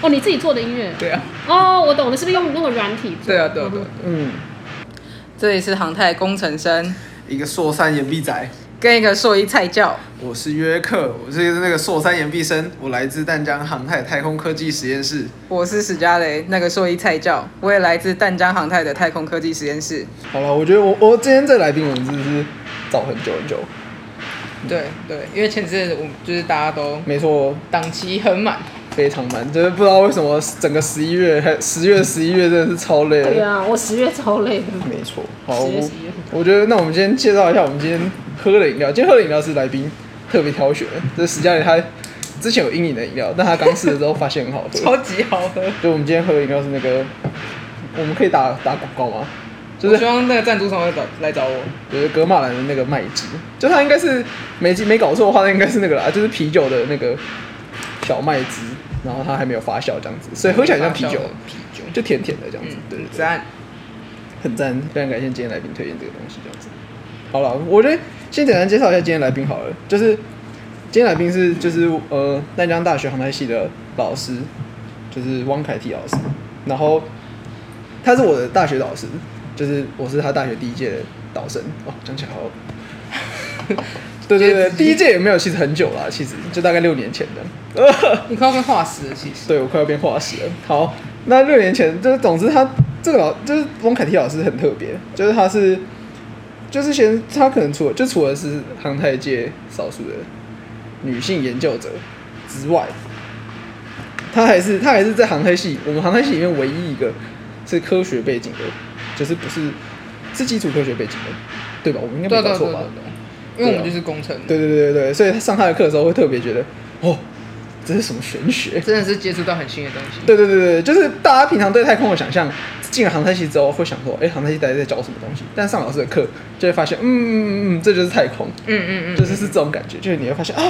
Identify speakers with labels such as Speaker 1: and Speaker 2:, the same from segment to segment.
Speaker 1: 哦自己做的音乐。
Speaker 2: 对啊，
Speaker 1: 哦，我懂了，是不是用那个软体做？
Speaker 2: 对啊，对啊，对啊，
Speaker 3: 嗯，这里是航太工程生
Speaker 4: 一个硕山岩壁仔，
Speaker 3: 跟一个硕一菜教，
Speaker 4: 我是约克，我是那个硕山岩壁生，我来自淡江航太太空科技实验室。
Speaker 3: 我是史嘉雷，那个硕一菜教，我也来自淡江航太的太空科技实验室。
Speaker 2: 好了，我觉得我我今天这来宾我们真的是找很久很久，
Speaker 3: 对对，因为前阵子我们就是大家都
Speaker 2: 没错，
Speaker 3: 档期很 满，
Speaker 2: 非常难，就是不知道为什么整个十一月还十月十一月真的是超累
Speaker 1: 对
Speaker 2: 的，
Speaker 1: 啊，我十月超累的。
Speaker 2: 没错。好，
Speaker 1: 十月
Speaker 2: 我
Speaker 1: 十一月
Speaker 2: 我觉得那我们今天介绍一下我们今天喝的饮料，今天喝的饮料是来宾特别挑选的，这是史嘉蕾他之前有阴影的饮料，但他刚试了之后发现很好喝，
Speaker 3: 超级好喝。
Speaker 2: 就我们今天喝的饮料是那个，我们可以打打广告吗？就
Speaker 3: 我
Speaker 2: 是
Speaker 3: 希望那个赞助商会找来找我。
Speaker 2: 就是格马兰的那个麦汁，就它应该是没记没搞错的话，那应该是那个啦，就是啤酒的那个小麦汁，然后它还没有发酵这样子，所以喝起来像啤酒，
Speaker 3: 啤酒，
Speaker 2: 就甜甜的这样子
Speaker 3: 嗯，，
Speaker 2: 对对对，
Speaker 3: 赞。
Speaker 2: 很赞，非常感谢今天来宾推荐这个东西这样子。好了，我觉得先简单介绍一下今天来宾好了，就是今天来宾是就是呃淡江大学航太系的老师，就是汪凯蒂老师，然后他是我的大学导师，就是我是他大学第一届的导生哦，讲起来好。 对对对，第一届也没有，其实很久了，其实就大概六年前的。
Speaker 3: 你快要变化石了，其实。
Speaker 2: 对我快要变化石了。好，那六年前就是，总之他这个老就是翁凯蒂老师很特别，就是他是就是先他可能除了就除了是航太界少数的女性研究者之外，他还是他还是在航太系我们航太系里面唯一一个是科学背景的，就是不是是基础科学背景的，对吧？我们应该
Speaker 3: 对啊
Speaker 2: 没
Speaker 3: 对
Speaker 2: 搞
Speaker 3: 对
Speaker 2: 错
Speaker 3: 对
Speaker 2: 吧？
Speaker 3: 对，因啊为我们就是工程，
Speaker 2: 对对对对对，所以他上他的课的时候会特别觉得，哦，这是什么玄学？
Speaker 3: 真的是接触到很新的东西。
Speaker 2: 对对对对，就是大家平常对太空的想象，进了航太系之后会想说，哎、航太系大家在教什么东西？但上老师的课就会发现，嗯嗯嗯嗯，这就是太空，
Speaker 3: 嗯嗯嗯，
Speaker 2: 就是是这种感觉，就是你会发现啊，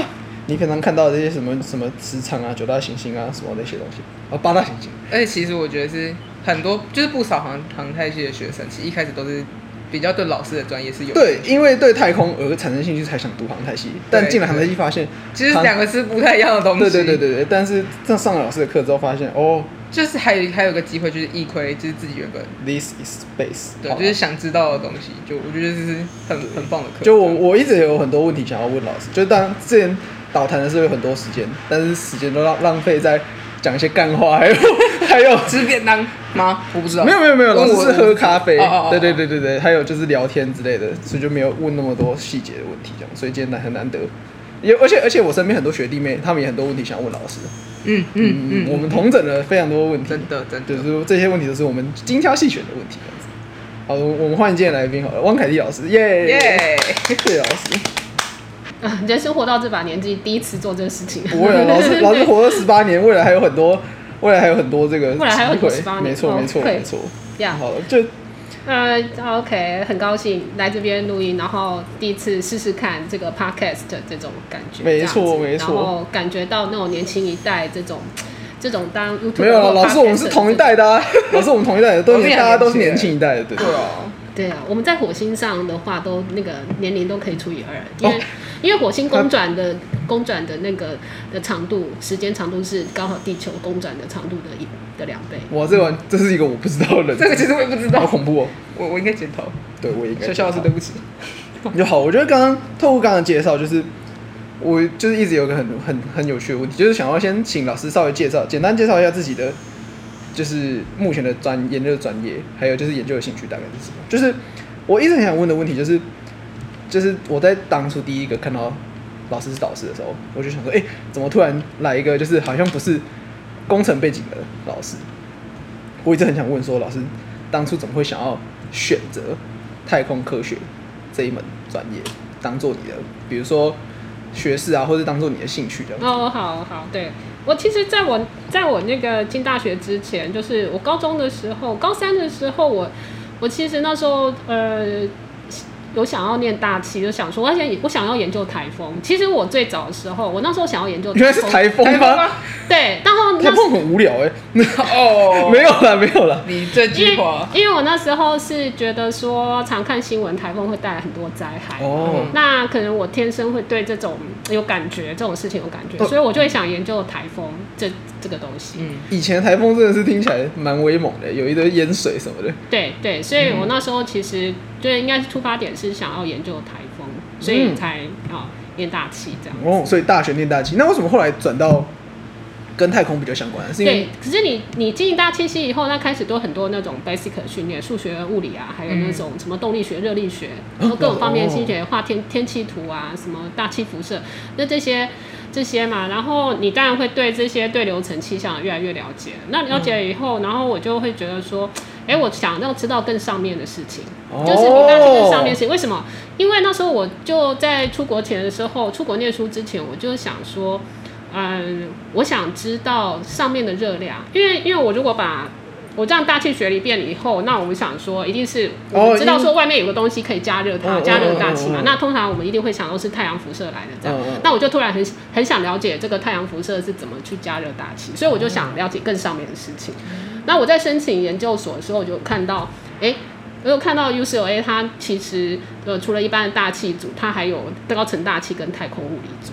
Speaker 2: 你平常看到的这些什么什么磁场啊、九大行星啊什么那些东西，啊八大行星，
Speaker 3: 而且其实我觉得是很多，就是不少航航太系的学生，其实一开始都是比较对老师的专业是有，
Speaker 2: 对，因为对太空而产生兴趣才想读航太系，但进了航太系发现，
Speaker 3: 其实两个是不太一样的东西。
Speaker 2: 对对对，对对，但是上上了老师的课之后发现，哦
Speaker 3: 就是还有还有个机会，就是一窥就是自己原本
Speaker 2: ，this is space，
Speaker 3: 对，
Speaker 2: 好吧
Speaker 3: 就是想知道的东西，就我觉得这是很很棒的课。
Speaker 2: 就我我一直有很多问题想要问老师，就当之前导谈的时候有很多时间，但是时间都浪浪费在讲一些干话，还有还有
Speaker 3: 吃便当吗？我不知道，
Speaker 2: 没有没有没有，
Speaker 3: 问
Speaker 2: 老师
Speaker 3: 我
Speaker 2: 是喝咖啡
Speaker 3: 哦哦哦，哦
Speaker 2: 对对对对对，还有就是聊天之类的，所以就没有问那么多细节的问题，这样，所以今天难很难得。也而且而且我身边很多学弟妹，他们也很多问题想问老师，
Speaker 3: 嗯嗯嗯，
Speaker 2: 我们同整了非常多问题，
Speaker 3: 真的真的
Speaker 2: 就是这些问题都是我们精挑细选的问题。这样子好，我们欢迎今天的来宾好了，汪凯蒂老师，耶
Speaker 3: 耶，
Speaker 2: 谢谢老师。
Speaker 1: 啊，人生活到这把年纪，第一次做这个事情。
Speaker 2: 不 会啊，老师老师活了十八年，未来还有很多，未来还有很多这个机
Speaker 1: 未来还有很多18
Speaker 2: 会，
Speaker 1: 年
Speaker 2: 没错
Speaker 1: 哦
Speaker 2: 没错
Speaker 1: 对
Speaker 2: 没错。
Speaker 1: 呀
Speaker 2: 好了，就
Speaker 1: 呃，OK，很高兴来这边录音，然后第一次试试看这个 podcast 的这种感觉，
Speaker 2: 没错
Speaker 1: 这样子
Speaker 2: 没错
Speaker 1: 然后感觉到那种年轻一代这种这种当 YouTube
Speaker 2: 没有了。
Speaker 1: 或
Speaker 2: 老师，我们是
Speaker 1: podcaster
Speaker 2: 同一代的啊，老师我们同一代的，都
Speaker 3: 我们也
Speaker 2: 年大家都是
Speaker 3: 年
Speaker 2: 年
Speaker 3: 轻
Speaker 2: 轻一代的，对对
Speaker 3: 对啊，
Speaker 1: 这种。对啊，我们在火星上的话，都那个年龄都可以除以二，因为、因为火星公转的、公转的那个的长度，时间长度是刚好地球公转的长度的一的两倍。
Speaker 2: 哇，这完这是一个我不知道的人，
Speaker 3: 这个其实我也不知
Speaker 2: 好
Speaker 3: 道，
Speaker 2: 恐怖哦。
Speaker 3: 我我应该剪头，
Speaker 2: 对我也应该
Speaker 3: 小肖老师对不起，
Speaker 2: 就好。我觉得刚刚透过刚刚的介绍，就是我就是一直有个很很很有趣的问题，就是想要先请老师稍微介绍，简单介绍一下自己的，就是目前的专研究的专业，还有就是研究的兴趣大概是什么。就是我一直很想问的问题，就是就是我在当初第一个看到老师是导师的时候，我就想说，哎、怎么突然来一个就是好像不是工程背景的老师？我一直很想问说，老师当初怎么会想要选择太空科学这一门专业当做你的，比如说学士啊，或者当做你的兴趣这样？
Speaker 1: 哦，好好，对我其实在我在我那个进大学之前，就是我高中的时候，高三的时候我，我其实那时候呃有想要念大气，就想说，而且我想要研究台风。其实我最早的时候，我那时候想要研究
Speaker 2: 原来是台风
Speaker 3: 台风
Speaker 2: 吗？
Speaker 3: 吗？
Speaker 1: 对，然后
Speaker 2: 台
Speaker 1: 那时
Speaker 2: 风很无聊哎、
Speaker 3: 哦，
Speaker 2: 没有啦，没有啦。
Speaker 3: 你这
Speaker 1: 因
Speaker 3: 句
Speaker 1: 为
Speaker 3: 话，
Speaker 1: 因为我那时候是觉得说，常看新闻，台风会带来很多灾害。
Speaker 2: 哦，
Speaker 1: 那可能我天生会对这种有感觉，这种事情有感觉，
Speaker 2: 嗯
Speaker 1: 所以我就会想研究台风这这个东西。
Speaker 3: 嗯，
Speaker 2: 以前台风真的是听起来蛮威猛的，有一堆淹水什么的。
Speaker 1: 对对，所以我那时候其实对应该是出发点是想要研究台风，所以
Speaker 2: 嗯
Speaker 1: 才啊念大气这样。
Speaker 2: 哦，所以大学念大气，那为什么后来转到跟太空比较相关？是因为
Speaker 1: 对，可是你你进大气系以后，那开始都很多那种 basic 的训练，数学、物理啊，还有那种什么动力学、热力学，然后各种方面的心理学，画天天气图啊，什么大气辐射，那这些这些嘛，然后你当然会对这些对流层气象越来越了解。那了解了以后，然后我就会觉得说，哎，我想要知道更上面的事情。就是你大去跟上面
Speaker 2: 哦
Speaker 1: 是为什么？因为那时候我就在出国前的时候，出国念书之前，我就想说，嗯，我想知道上面的热量，因为因为我如果把我这样大气学了一遍以后，那我们想说，一定是
Speaker 2: 哦
Speaker 1: 我们知道
Speaker 2: 因为
Speaker 1: 说外面有个东西可以加热它，
Speaker 2: 嗯嗯
Speaker 1: 加热大气
Speaker 2: 嗯
Speaker 1: 嘛
Speaker 2: 嗯嗯。
Speaker 1: 那通常我们一定会想到是太阳辐射来的这样。
Speaker 2: 嗯嗯
Speaker 1: 那我就突然很很想了解这个太阳辐射是怎么去加热大气，所以我就想了解更上面的事情。
Speaker 2: 嗯
Speaker 1: 那我在申请研究所的时候，我就看到，哎、我有看到 UCLA 它其实呃除了一般的大气组，它还有高层大气跟太空物理组。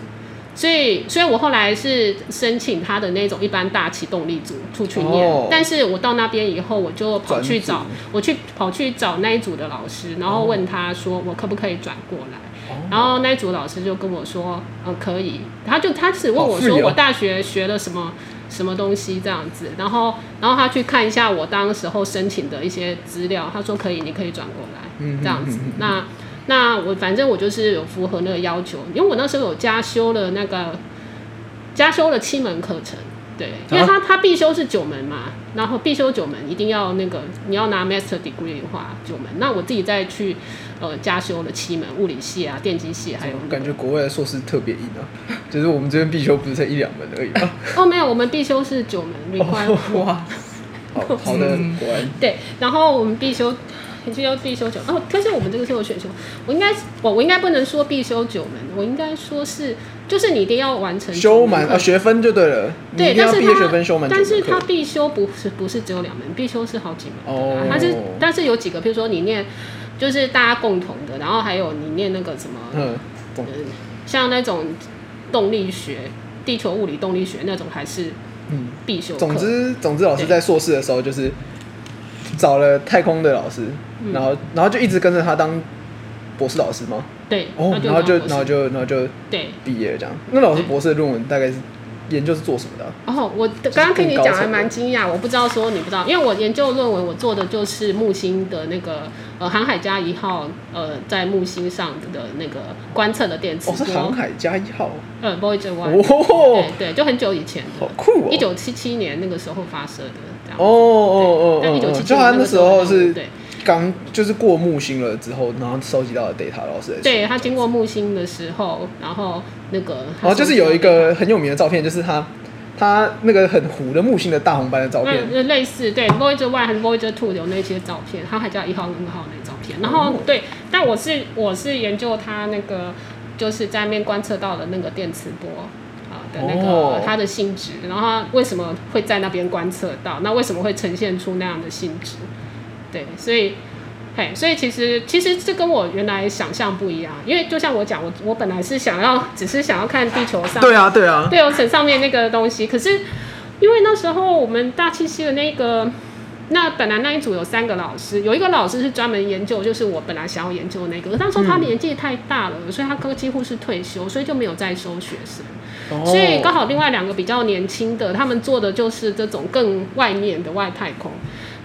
Speaker 1: 所以，所以我后来是申请它的那种一般大气动力组出去念，
Speaker 2: 哦
Speaker 1: 但是我到那边以后，我就跑去
Speaker 2: 转
Speaker 1: 找
Speaker 2: 组，
Speaker 1: 我去跑去找那一组的老师，然后问他说我可不可以转过来。然后那一组老师就跟我说，嗯，可以。他就他只问我
Speaker 2: 好
Speaker 1: 说，
Speaker 2: free 哦
Speaker 1: 我大学学了什么什么东西这样子。然后，然后他去看一下我当时候申请的一些资料，他说可以，你可以转过来，这样子。那那我反正我就是有符合那个要求，因为我那时候有加修了那个加修了七门课程。
Speaker 2: 啊
Speaker 1: 对，因为他他必修是九门嘛，然后必修九门一定要那个你要拿 master degree 的话九门，那我自己再去呃加修了七门物理系啊、电机系还有那个
Speaker 2: 感觉国外的硕士特别硬啊， 就是我们这边必修不是才一两门而已啊 嘛。
Speaker 1: 哦没有，我们必修是 九门 r e q u i r
Speaker 2: 哦
Speaker 3: 哇，
Speaker 2: 好好的，
Speaker 1: 嗯
Speaker 2: 果然
Speaker 1: 对，然后我们必修。必修必修九哦，可是我们这个是有选修，我应该我我应该不能说必修九门，我应该说是就是你一定要完成
Speaker 2: 修
Speaker 1: 九门
Speaker 2: 满
Speaker 1: 课
Speaker 2: 啊学分就对了，你一
Speaker 1: 对，
Speaker 2: 定
Speaker 1: 但
Speaker 2: 要
Speaker 1: 是
Speaker 2: 毕
Speaker 1: 他
Speaker 2: 业学分修满九
Speaker 1: 但是
Speaker 2: 门
Speaker 1: 他
Speaker 2: 课。
Speaker 1: 必修不是不是只有两门，必修是好几门的、
Speaker 2: 哦
Speaker 1: 啊。它是但是有几个，比如说你念就是大家共同的，然后还有你念那个什么，呃
Speaker 2: 嗯，懂
Speaker 1: 像那种动力学、地球物理动力学那种还是
Speaker 2: 嗯。
Speaker 1: 必修课。
Speaker 2: 总之，总之，老师在硕士的时候就是找了太空的老师，
Speaker 1: 嗯
Speaker 2: 然后然后就一直跟着他当博士老师嘛。
Speaker 1: 对，
Speaker 2: 哦
Speaker 1: 那，
Speaker 2: 然后就
Speaker 1: 当
Speaker 2: 然
Speaker 1: 博
Speaker 2: 后
Speaker 1: 士
Speaker 2: 就然后就
Speaker 1: 对。
Speaker 2: 毕业了这样。那老师
Speaker 1: 对
Speaker 2: 博士的论文大概是研究是做什么的啊、
Speaker 1: 然后我刚刚跟你
Speaker 2: 更
Speaker 1: 讲
Speaker 2: 高
Speaker 1: 还
Speaker 2: 层
Speaker 1: 蛮
Speaker 2: 的
Speaker 1: 惊讶，我不知道说你不知道，因为我研究论文我做的就是木星的那个呃航海家一号呃在木星上的那个观测的电磁
Speaker 2: 哦，
Speaker 1: 波，
Speaker 2: 是航海家一号，
Speaker 1: 呃 Voyager One，
Speaker 2: 哦
Speaker 1: 对，对，就很久以前
Speaker 2: 好
Speaker 1: 的，
Speaker 2: 酷哦！
Speaker 1: 哎一九七七年那个时候发射的，这样。
Speaker 2: 哦哦哦
Speaker 1: 对
Speaker 2: 哦
Speaker 1: 但，1977
Speaker 2: 哦就他那时候是
Speaker 1: 对
Speaker 2: 刚就是过木星了之后，然后收集到的 data 老师来说
Speaker 1: 对，他经过木星的时候，然后那个
Speaker 2: 然后哦就是有一个很有名的照片，就是他他那个很糊的木星的大红斑的照片
Speaker 1: 嗯，，那类似对 Voyager One 还是 Voyager Two 有那些照片，航海家一号跟二号那些照片。然后
Speaker 2: 哦
Speaker 1: 对，但我是我是研究它那个就是在面观测到的那个电磁波。啊的那
Speaker 2: 哦
Speaker 1: 个它的性质，然后它为什么会在那边观测到？那为什么会呈现出那样的性质？对，所以，嘿，所以其实其实这跟我原来想象不一样，因为就像我讲，我我本来是想要只是想要看地球上
Speaker 2: 对啊对啊，
Speaker 1: 对，有省上面那个东西。可是因为那时候我们大气系的那个，那本来那一组有三个老师，有一个老师是专门研究，就是我本来想要研究的那个。可是那时候他年纪太大了，所以他哥几乎是退休，所以就没有再收学生。
Speaker 2: 哦
Speaker 1: 所以刚好另外两个比较年轻的，他们做的就是这种更外面的外太空。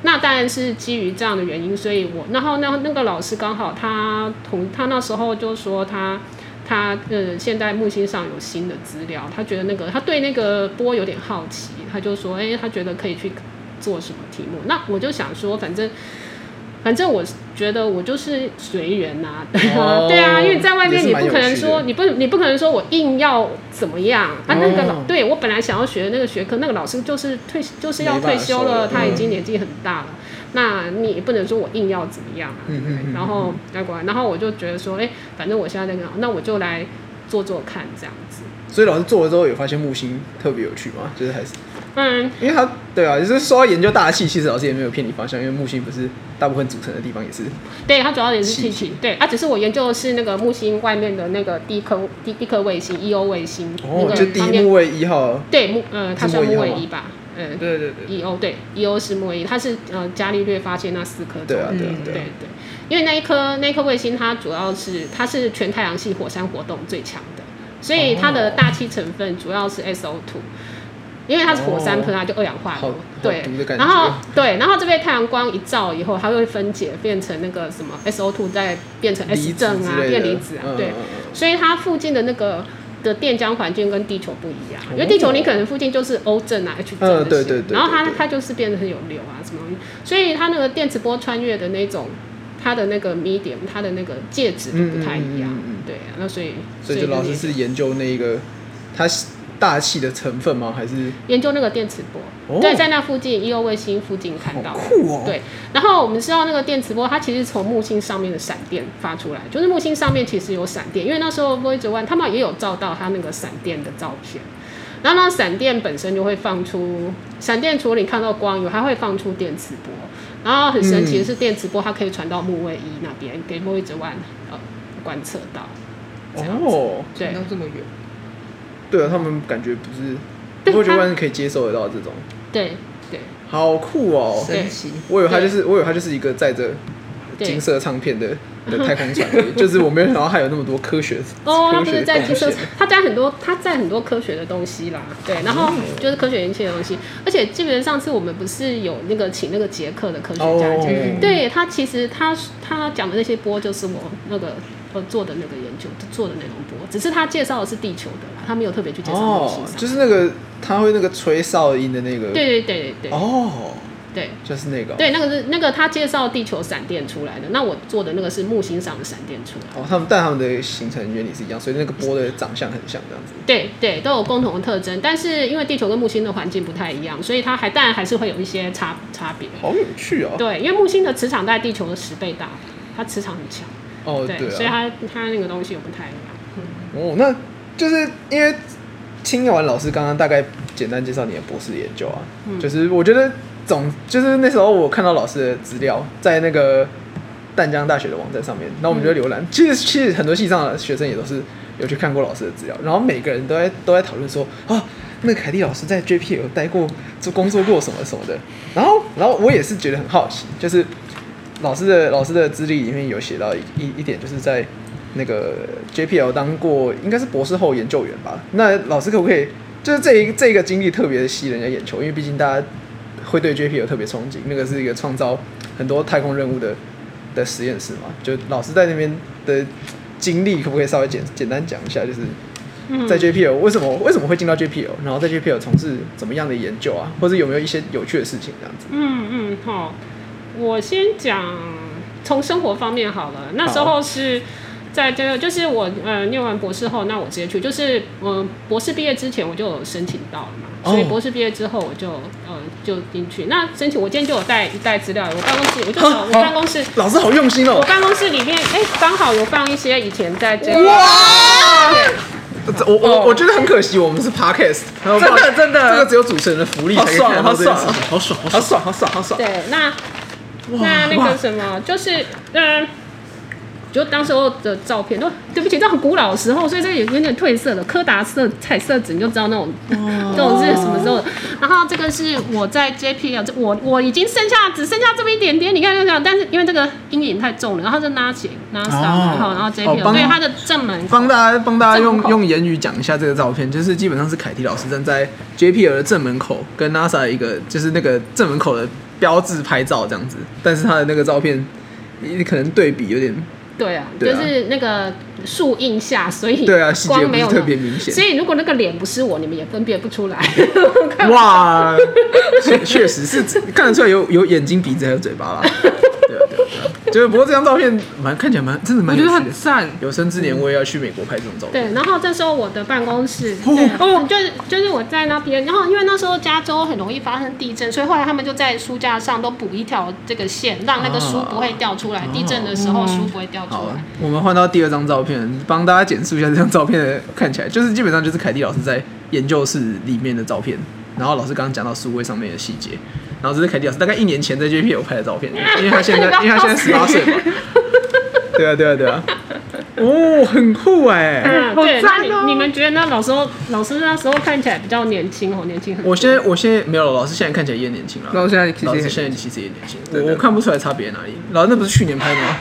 Speaker 1: 那当然是基于这样的原因，所以我然后那那个老师刚好他同他那时候就说他他呃现在木星上有新的资料，他觉得那个他对那个波有点好奇，他就说哎、他觉得可以去做什么题目。那我就想说，反正反正我觉得我就是随缘呐，对啊，
Speaker 2: 哦
Speaker 1: 对啊，因为在外
Speaker 2: 也
Speaker 1: 面
Speaker 2: 是
Speaker 1: 你
Speaker 2: 蛮
Speaker 1: 不
Speaker 2: 有
Speaker 1: 可能
Speaker 2: 趣的
Speaker 1: 说你不你不可能说我硬要怎么样啊？那个老、
Speaker 2: 哦
Speaker 1: 对我本来想要学的那个学科，那个老师就是退就是要
Speaker 2: 没办
Speaker 1: 退
Speaker 2: 法
Speaker 1: 休
Speaker 2: 说了
Speaker 1: 了，他已
Speaker 2: 嗯
Speaker 1: 经年纪很大了。那你也不能说我硬要怎么样啊，对
Speaker 2: 嗯
Speaker 1: 不对？
Speaker 2: 嗯嗯
Speaker 1: 然后要管，然后我就觉得说，哎、反正我现在在干嘛，那我就来做做看这样子。
Speaker 2: 所以老师做了之后有发现木星特别有趣吗？就是还是
Speaker 1: 嗯，
Speaker 2: 因为他对啊，就是说要研究大气，其实老师也没有骗你方向，因为木星不是大部分组成的地方也是
Speaker 1: 对，它主要也是
Speaker 2: 气
Speaker 1: 气体，对，啊，只是我研究的是那个木星外面的那个第一颗第第一颗卫星 EO 卫星，
Speaker 2: 哦
Speaker 1: 那，
Speaker 2: 就
Speaker 1: 个
Speaker 2: 第
Speaker 1: 旁
Speaker 2: 一
Speaker 1: 边
Speaker 2: 木卫一号，
Speaker 1: 对木呃，它
Speaker 2: 是
Speaker 1: 算
Speaker 2: 莫伊
Speaker 1: 木
Speaker 2: 号
Speaker 1: 卫
Speaker 2: 吗
Speaker 1: 一吧，呃，
Speaker 3: 对对对，
Speaker 1: E O 对，E O 是莫伊，它是呃伽利略发现那四颗
Speaker 2: 对
Speaker 1: 种
Speaker 2: 啊
Speaker 1: 子
Speaker 2: 对啊
Speaker 1: 对
Speaker 2: 对啊，
Speaker 1: 对，因为那一颗那一颗卫星它主要是它是全太阳系火山活动最强的，所以它的大气成分主要是 S O 2因为它是火山喷啊，就二氧化
Speaker 2: 哦好
Speaker 1: 硫
Speaker 2: 好，
Speaker 1: 对
Speaker 2: 毒的，感觉
Speaker 1: 然后对，然后这被太阳光一照以后，它会分解变成那个什么 S O 2再变成 S
Speaker 2: 离子
Speaker 1: 正
Speaker 2: 之
Speaker 1: 啊，
Speaker 2: 类
Speaker 1: 变
Speaker 2: 的
Speaker 1: 离子啊
Speaker 2: 嗯，
Speaker 1: 对
Speaker 2: 嗯，嗯
Speaker 1: 所以它附近的那个的电浆环境跟地球不一样，因为地球你可能附近就是 O 阵啊、H 阵
Speaker 2: 哦嗯
Speaker 1: 这些，
Speaker 2: 对对对
Speaker 1: 然后它
Speaker 2: 对对
Speaker 1: 它就是变得很有流啊什么东西，所以它那个电磁波穿越的那种，它的那个 medium，它的那个介质都不太一样，
Speaker 2: 嗯嗯嗯嗯嗯
Speaker 1: 对啊，那所以
Speaker 2: 所以就老师
Speaker 1: 那
Speaker 2: 是
Speaker 1: 个
Speaker 2: 研究那一个它大气的成分吗？还是
Speaker 1: 研究那个电磁波，
Speaker 2: 哦
Speaker 1: 对，在那附近 E O 卫星附近看到的。
Speaker 2: 酷哦
Speaker 1: 对，然后我们知道那个电磁波，它其实从木星上面的闪电发出来，就是木星上面其实有闪电，因为那时候 Voyager One 他们也有照到它那个闪电的照片。然后呢，闪电本身就会放出，闪电除了你看到光以外，它会放出电磁波。然后很神奇的是，电磁波它可以传到木卫一那边，给 Voyager One 呃观测到。这样子
Speaker 2: 哦，
Speaker 1: 对
Speaker 3: 到这么远，
Speaker 2: 对啊，他们感觉不是，
Speaker 1: 对
Speaker 2: 我觉
Speaker 1: 他
Speaker 2: 得可以接受得到这种，
Speaker 1: 对对
Speaker 2: 好酷哦！
Speaker 1: 对
Speaker 3: 神奇，
Speaker 2: 我以为它就是，我以为它就是一个载着金
Speaker 1: 对。
Speaker 2: 色唱片的的太空船 而已，就是我没有想到还有那么多科学
Speaker 1: 哦，它
Speaker 2: 科
Speaker 1: 不
Speaker 2: 学
Speaker 1: 是
Speaker 2: 的
Speaker 1: 在
Speaker 2: 贡
Speaker 1: 金色
Speaker 2: 献。，
Speaker 1: 它在很多，它在很多科学的东西啦，对，然
Speaker 2: 嗯
Speaker 1: 后就是科学仪器的东西，而且基本上上次我们不是有那个请那个捷克的科学家讲，
Speaker 2: 哦
Speaker 1: 对他其实他他讲的那些波就是我那个呃做的那个研究做的那种波，只是他介绍的是地球的啦，他没有特别去介绍木星
Speaker 2: 哦，
Speaker 1: 上，
Speaker 2: 就是那个他会那个吹哨音的那个，
Speaker 1: 对对对对对、
Speaker 2: 哦，
Speaker 1: 对。
Speaker 2: 就是那个哦，
Speaker 1: 对，那个是那个他介绍地球闪电出来的，那我做的那个是木星上的闪电出来的。
Speaker 2: 哦，他们但他们的形成原理是一样，所以那个波的长相很像这样子。
Speaker 1: 对对，都有共同的特征，但是因为地球跟木星的环境不太一样，所以它还当然还是会有一些差差别。
Speaker 2: 好有趣哦！
Speaker 1: 对，因为木星的磁场大概地球的十倍大，它磁场很强，
Speaker 2: 哦，
Speaker 1: 对，所
Speaker 2: 对
Speaker 1: 以
Speaker 2: 啊，
Speaker 1: 它它那个东西又不太一样。
Speaker 2: 哦，那就是因为听完老师刚刚大概简单介绍你的博士研究啊，就是我觉得总就是那时候我看到老师的资料在那个淡江大学的网站上面，那我们就浏览，其实其实很多系上的学生也都是有去看过老师的资料，然后每个人都在都在讨论说啊。那个凯蒂老师在 JP 有待过，做工作过什么什么的，然后，然后我也是觉得很好奇，就是老师的老师的资历里面有写到一一一点，就是在那个 JPL 当过应该是博士后研究员吧。那老师可不可以就是这一这一个经历特别吸人家眼球？因为毕竟大家会对 JPL 特别憧憬，那个是一个创造很多太空任务的的实验室嘛。就老师在那边的经历，可不可以稍微简简单讲一下？就是
Speaker 3: 嗯
Speaker 2: 在 JPL 为什么为什么会进到 JPL，然后在 JPL 从事怎么样的研究啊，或者有没有一些有趣的事情这样子？
Speaker 1: 嗯嗯，好，我先讲从生活方面好了。那时候是在这个，就是我呃念完博士后，那我直接去，就是呃博士毕业之前我就有申请到了嘛，
Speaker 2: 哦
Speaker 1: 所以博士毕业之后我就呃就进去。那申请我今天就有带一袋资料，我办公室我就找我办公室。
Speaker 2: 老师好用心哦
Speaker 1: 我！办公室里面，哎、刚好有放一些以前在这个
Speaker 2: 哇！我我
Speaker 3: 哦
Speaker 2: 我觉得很可惜，我们是 podcast，真
Speaker 3: 真的真的
Speaker 2: 这个只有主持人的福利才可以
Speaker 3: 好爽
Speaker 2: 看到这件事
Speaker 3: 好爽
Speaker 2: 情
Speaker 3: 好
Speaker 2: 好爽，好
Speaker 3: 爽
Speaker 2: 爽，
Speaker 3: 好爽好爽，
Speaker 1: 对，那
Speaker 2: 哇
Speaker 1: 那那
Speaker 2: 哇
Speaker 1: 个什么，就是嗯、呃就当时候的照片都，对不起，这很古老的时候，所以这个有有点褪色了，柯达色彩色纸，你就知 道那种
Speaker 2: 哦
Speaker 1: 这种是什么时候的。然后这个是我在 JPL，这我我已经剩下只剩下这么一点点，你看这样，但是因为这个阴影太重了，然后就拉起拉上，然后然后
Speaker 2: 哦
Speaker 1: JPL，、
Speaker 2: 帮
Speaker 1: 所以它的正门
Speaker 2: 帮大家帮大家用
Speaker 1: 正口
Speaker 2: 用言语讲一下这个照片，就是基本上是凯蒂老师站在 JPL 的正门口，跟 NASA 一个就是那个正门口的标志拍照这样子，但是他的那个照片，你可能对比有点
Speaker 1: 对啊，就
Speaker 2: 对啊
Speaker 1: 是那个树荫下，所以
Speaker 2: 对啊细节
Speaker 1: 光
Speaker 2: 不
Speaker 1: 没
Speaker 2: 是
Speaker 1: 有
Speaker 2: 特
Speaker 1: 那
Speaker 2: 别明显
Speaker 1: 所以如果那个脸不是我，你们也分辨不出 来。
Speaker 2: 哇，确确实是看得出来有有眼睛、鼻子还有嘴巴啦。对啊对啊对啊就是不过这张照片蛮看起来蛮真的
Speaker 3: 我
Speaker 2: 蛮
Speaker 3: 觉
Speaker 2: 有
Speaker 3: 得
Speaker 2: 趣
Speaker 3: 很
Speaker 2: 的。
Speaker 3: 赞。
Speaker 2: 有生之年我也要去美国拍这种照片。
Speaker 1: 对，然后这时候我的办公室，对，
Speaker 3: 哦
Speaker 1: 就是就是我在那边，然后因为那时候加州很容易发生地震，所以后来他们就在书架上都补一条这个线，让那个书不会掉出来，地震的时候书不会掉出
Speaker 2: 啊哦好啊
Speaker 1: 来。，
Speaker 2: 我们换到第二张照片，帮大家简述一下这张照片的看起来，就是基本上就是凯蒂老师在研究室里面的照片。然后老师刚刚讲到书柜上面的细节，然后这是凯蒂老师大概一年前在 JPL 拍的照片，因为他现
Speaker 1: 你
Speaker 2: 在
Speaker 1: 不要
Speaker 2: 因为他现在十八岁嘛。对啊，对啊，对啊。哦，很酷哎、
Speaker 1: 嗯，
Speaker 3: 好
Speaker 1: 对，那
Speaker 3: 赞
Speaker 1: 你
Speaker 3: 哦
Speaker 1: 你们觉得那老师老师那时候看起来比较年轻哦，年轻很多。
Speaker 2: 我现在我现在没有了，老师现在看起来也年轻了。啊
Speaker 3: 然后现在其
Speaker 2: 老
Speaker 3: 实
Speaker 2: 师
Speaker 3: 也
Speaker 2: 现在其实也年轻，
Speaker 3: 对
Speaker 2: 我
Speaker 3: 对
Speaker 2: 我看不出来差别在哪里。老师那不是去年拍的吗？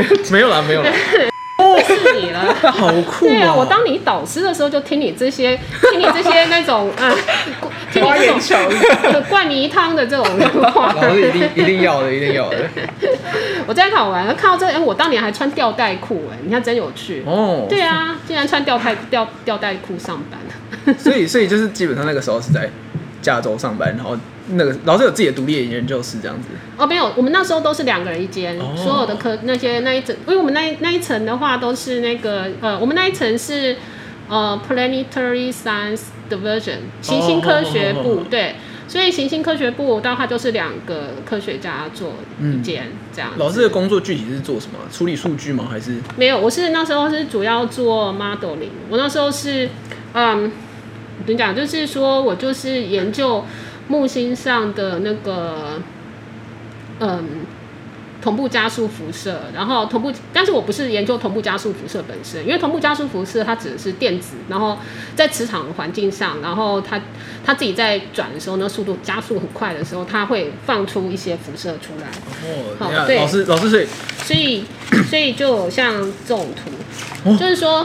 Speaker 2: 没有啦，没有啦，
Speaker 1: 是你了。
Speaker 2: 好酷
Speaker 1: 对啊，
Speaker 2: 哦！
Speaker 1: 我当你导师的时候就听你这些，听你这些那种啊，听你这种呃灌你一汤的这种话。
Speaker 2: 老师一定一定要的，一定要 的。
Speaker 1: 我在考完看到这个，哎、我当年还穿吊带裤，哎，你看真有趣。
Speaker 2: 哦，
Speaker 1: 对啊，竟然穿吊带吊吊带裤上班，
Speaker 2: 所以所以就是基本上那个时候是在加州上班，然后那个老师有自己的独立研究室这样子。
Speaker 1: 哦，没有，我们那时候都是两个人一间，
Speaker 2: 哦
Speaker 1: 所有的科那些那一整，因为我们那一那一层的话都是那个呃，我们那一层是呃 Planetary Science Division 行星科学部，
Speaker 2: 哦哦哦哦
Speaker 1: 对，所以行星科学部的话就是两个科学家做一间、这样子。
Speaker 2: 嗯老师的工作具体是做什么啊？处理数据吗？还是
Speaker 1: 没有，我是那时候是主要做 modeling，我那时候是，嗯，怎么讲？就是说我就是研究木星上的那个，嗯，同步加速辐射，然后同步，但是我不是研究同步加速辐射本身，因为同步加速辐射它指的是电子，然后在磁场的环境上，然后它它自己在转的时候呢，速度加速很快的时候，它会放出一些辐射出来。
Speaker 2: 哦，
Speaker 1: 好
Speaker 2: 等一下
Speaker 1: 对
Speaker 2: 老师老师所以
Speaker 1: 所以所以就有像这种
Speaker 2: 哦
Speaker 1: 图，就是说，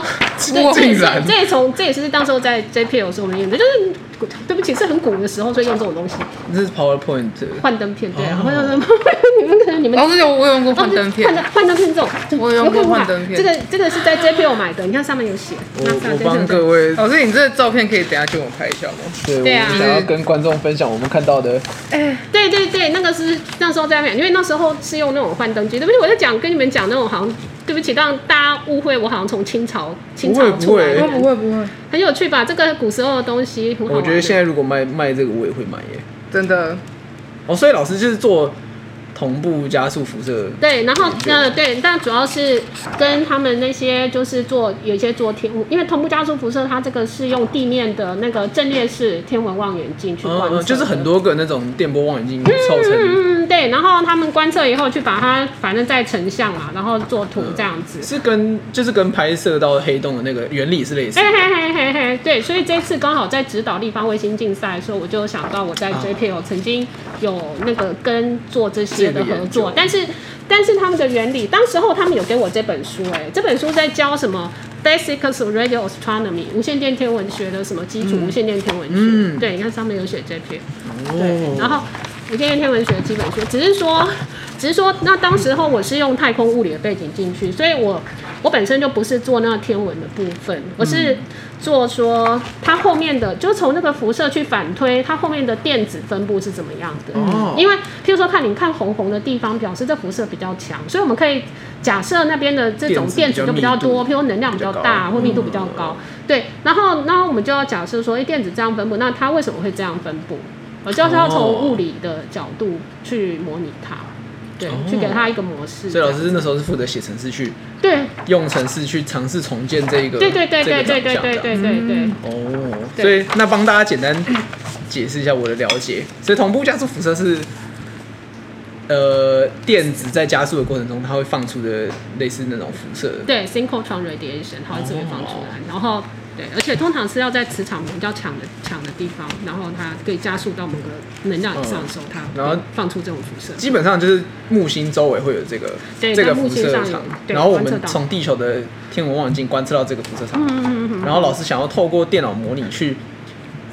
Speaker 1: 对，
Speaker 2: 哇
Speaker 1: 这也
Speaker 2: 竟
Speaker 1: 是
Speaker 2: 然
Speaker 1: 这也从这也是当时候在 JPL 时候我们用的，就是对不起是很古的时候，所以用这种东西
Speaker 2: 这是 PowerPoint
Speaker 1: 幻灯片，对啊
Speaker 2: 哦，
Speaker 1: 幻灯片，你们可 能你们。
Speaker 3: 老师有我有用哦过幻灯片
Speaker 1: 幻，灯幻灯片这种，
Speaker 3: 我有用过
Speaker 1: 看
Speaker 3: 幻灯片
Speaker 1: 这个这个是在 JPL 买的，你看上面有写。
Speaker 2: 我
Speaker 1: 那上
Speaker 2: 我
Speaker 1: 面
Speaker 2: 帮
Speaker 1: 有
Speaker 2: 各位，
Speaker 3: 老师你这照片可以等一下给我拍一下吗？
Speaker 2: 对
Speaker 1: 对啊
Speaker 2: 我们想要跟观众分享我们看到的，
Speaker 1: 对对对，那个是那时候在买，因为那时候是用那种幻灯机。对不起，我在讲跟你们讲那种好像，对不起让大家误会，我好像从清朝清
Speaker 2: 不会
Speaker 1: 朝
Speaker 2: 不
Speaker 1: 出来
Speaker 2: 会
Speaker 1: 的，
Speaker 3: 不会不会，
Speaker 1: 很有趣吧？这个古时候的东西很好玩的。
Speaker 2: 我觉得现在如果卖卖这个我也会买耶。
Speaker 3: 真的
Speaker 2: 哦，所以老师就是做同步加速辐射，
Speaker 1: 对，然后
Speaker 2: 对
Speaker 1: 呃对，但主要是跟他们那些就是做有一些做天，因为同步加速辐射，它这个是用地面的那个阵列式天文望远镜去观测的、
Speaker 2: 嗯，就是很多个那种电波望远镜凑成，
Speaker 1: 嗯嗯对，然后他们观测以后去把它反正再成像嘛，然后做图这样子。
Speaker 2: 是跟就是跟拍摄到黑洞的那个原理是类似
Speaker 1: 哎
Speaker 2: 的。
Speaker 1: 嘿嘿嘿嘿，对，所以这次刚好在指导立方卫星竞赛的时候，我就想到我在
Speaker 2: 啊
Speaker 1: JPL 曾经有那个跟做这些的合
Speaker 2: 这个研究
Speaker 1: 作，但是但是他们的原理，当时候他们有给我这本书、哎，这本书在教什么 Basics of Radio Astronomy 无线电天文学的什么基础无线电天文学，
Speaker 2: 嗯
Speaker 1: 对，你看上面有写 JPL。
Speaker 2: 哦
Speaker 1: 对，然后我今天天文学基本学，只是说，只是说，那当时候我是用太空物理的背景进去，所以我我本身就不是做那个天文的部分，我是做说它后面的，就从那个辐射去反推它后面的电子分布是怎么样的。
Speaker 2: 哦
Speaker 1: 因为譬如说看你看红红的地方，表示这辐射比较强，所以我们可以假设那边的这种
Speaker 2: 电
Speaker 1: 电
Speaker 2: 子
Speaker 1: 子
Speaker 2: 比
Speaker 1: 就比较
Speaker 2: 较
Speaker 1: 多，
Speaker 2: 密
Speaker 1: 譬如能量比较大
Speaker 2: 比较高
Speaker 1: 或密度比较高。嗯对，然后然后我们就要假设说，哎，电子这样分布，那它为什么会这样分布？我就是要
Speaker 2: 哦
Speaker 1: 从物理的角度去模拟它，对，
Speaker 2: 哦
Speaker 1: 去给它一个模式。
Speaker 2: 所以老师那时候是负责写程式去
Speaker 1: 对
Speaker 2: 用程式去尝试重建这一个
Speaker 1: 对对对
Speaker 2: 这个
Speaker 1: 对对对
Speaker 2: 长相
Speaker 1: 对
Speaker 2: 这
Speaker 1: 对
Speaker 2: 样
Speaker 1: 对嗯对，
Speaker 2: 哦，
Speaker 1: 对
Speaker 2: 所以那帮大家简单解释一下我的了解。所以同步加速辐射是呃电子在加速的过程中，它会放出的类似那种辐射。
Speaker 1: 对 synchrotron radiation 它会自己放出来，
Speaker 2: 哦
Speaker 1: 然后对，而且通常是要在磁场比较强的强的地方，然后它可以加速到某个能量以上的时候，它
Speaker 2: 嗯然后
Speaker 1: 放出这种辐射。
Speaker 2: 基本上就是木星周围会有这个
Speaker 1: 对
Speaker 2: 这个
Speaker 1: 在
Speaker 2: 辐
Speaker 1: 木星
Speaker 2: 射
Speaker 1: 上有
Speaker 2: 场，
Speaker 1: 对
Speaker 2: 然后我
Speaker 1: 观测
Speaker 2: 们
Speaker 1: 到
Speaker 2: 从地球的天文望远镜观测到这个辐射场，
Speaker 1: 嗯嗯嗯嗯，
Speaker 2: 然后老师想要透过电脑模拟去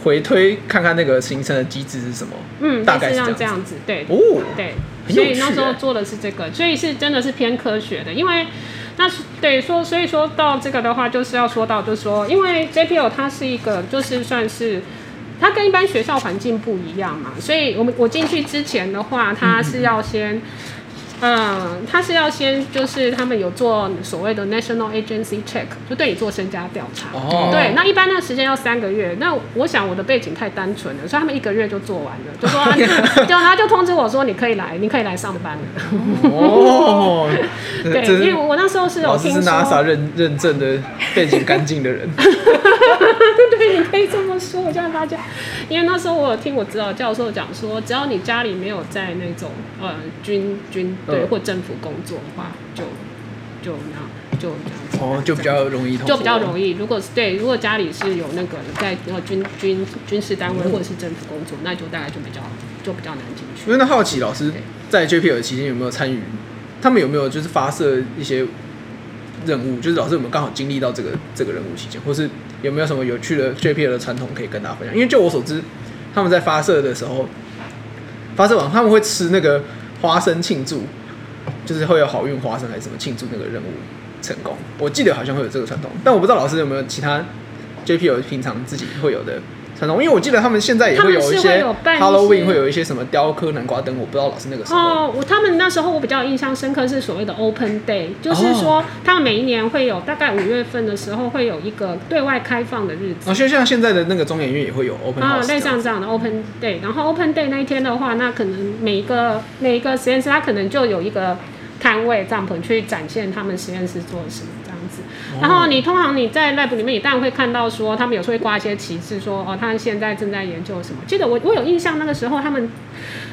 Speaker 2: 回推看看那个形成的机制是什么。
Speaker 1: 嗯，
Speaker 2: 大
Speaker 1: 大
Speaker 2: 概
Speaker 1: 致
Speaker 2: 是
Speaker 1: 上
Speaker 2: 这
Speaker 1: 这
Speaker 2: 样
Speaker 1: 样子，对
Speaker 2: 哦，
Speaker 1: 对，
Speaker 2: 很
Speaker 1: 所
Speaker 2: 有趣
Speaker 1: 以那时候
Speaker 2: 欸
Speaker 1: 做的是这个，所以是真的是偏科学的，因为那是对说，所以说到这个的话，就是要说到，就是说，因为 JPL 它是一个就是算是。它跟一般
Speaker 2: 嗯
Speaker 1: 学校环境不一样嘛，所以我们我进去之前的话，它是要先嗯，他是要先就是他们有做所谓的 national agency check，就对你做身家调查。
Speaker 2: 哦
Speaker 1: 对，那一般那个时间要三个月。那我想我的背景太单纯了，所以他们一个月就做完 了，就说、啊、你就他就通知我说你可以来，你可以来上班 了。
Speaker 2: 哦，
Speaker 1: 对，
Speaker 2: 这
Speaker 1: 因为
Speaker 2: 是
Speaker 1: 我那时候是有
Speaker 2: 老师
Speaker 1: 听
Speaker 2: 是
Speaker 1: 说，
Speaker 2: NASA 认认证的背景干净的人，
Speaker 1: 对，你可以这么说。我叫大家，因为那时候我有听我指导教授讲说，只要你家里没有在那种呃军军队
Speaker 2: 嗯
Speaker 1: 或政府工作的话，就就那就这样子。
Speaker 2: 哦，就比较容易通
Speaker 1: 就比较容
Speaker 2: 易。
Speaker 1: 易。如果是对，如果家里是有那个在呃军军军事单位或者是政府工作，那就大概就比较就比较难进去。
Speaker 2: 我真的好奇，老师在 JPL 期间有没有参与？他们有没有就是发射一些任务？就是老师有没有刚好经历到这个这个任务期间，或是有没有什么有趣的 JPL 的传统可以跟大家分享？因为就我所知，他们在发射的时候，发射完他们会吃那个花生庆祝，就是会有好运花生还是什么庆祝那个任务成功。我记得好像会有这个传统，但我不知道老师有没有其他 JPL 平常自己会有的传统，因为我记得他们现在也会有一
Speaker 1: 他们是会
Speaker 2: 些
Speaker 1: 有办一些
Speaker 2: Halloween 会有一些什么雕刻南瓜灯，我不知道老师那个时候。
Speaker 1: 哦，我他们那时候我比较印象深刻是所谓的 Open Day，就是说他们每一年会有大概五月份的时候会有一个对外开放的日子。
Speaker 2: 哦，就像现在的那个中研院也会有 open
Speaker 1: 啊，
Speaker 2: house，这
Speaker 1: 类
Speaker 2: 样
Speaker 1: 似这样的 Open Day，然后 Open Day 那一天的话，那可能每一个每一个实验室，它可能就有一个摊位帐篷去展现他们实验室做了什么这样子。
Speaker 2: 哦
Speaker 1: 然后你通常你在 lab 里面，你当然会看到说他们有时候会挂一些旗帜说，哦，他们现在正在研究什么。记得我我有印象，那个时候他们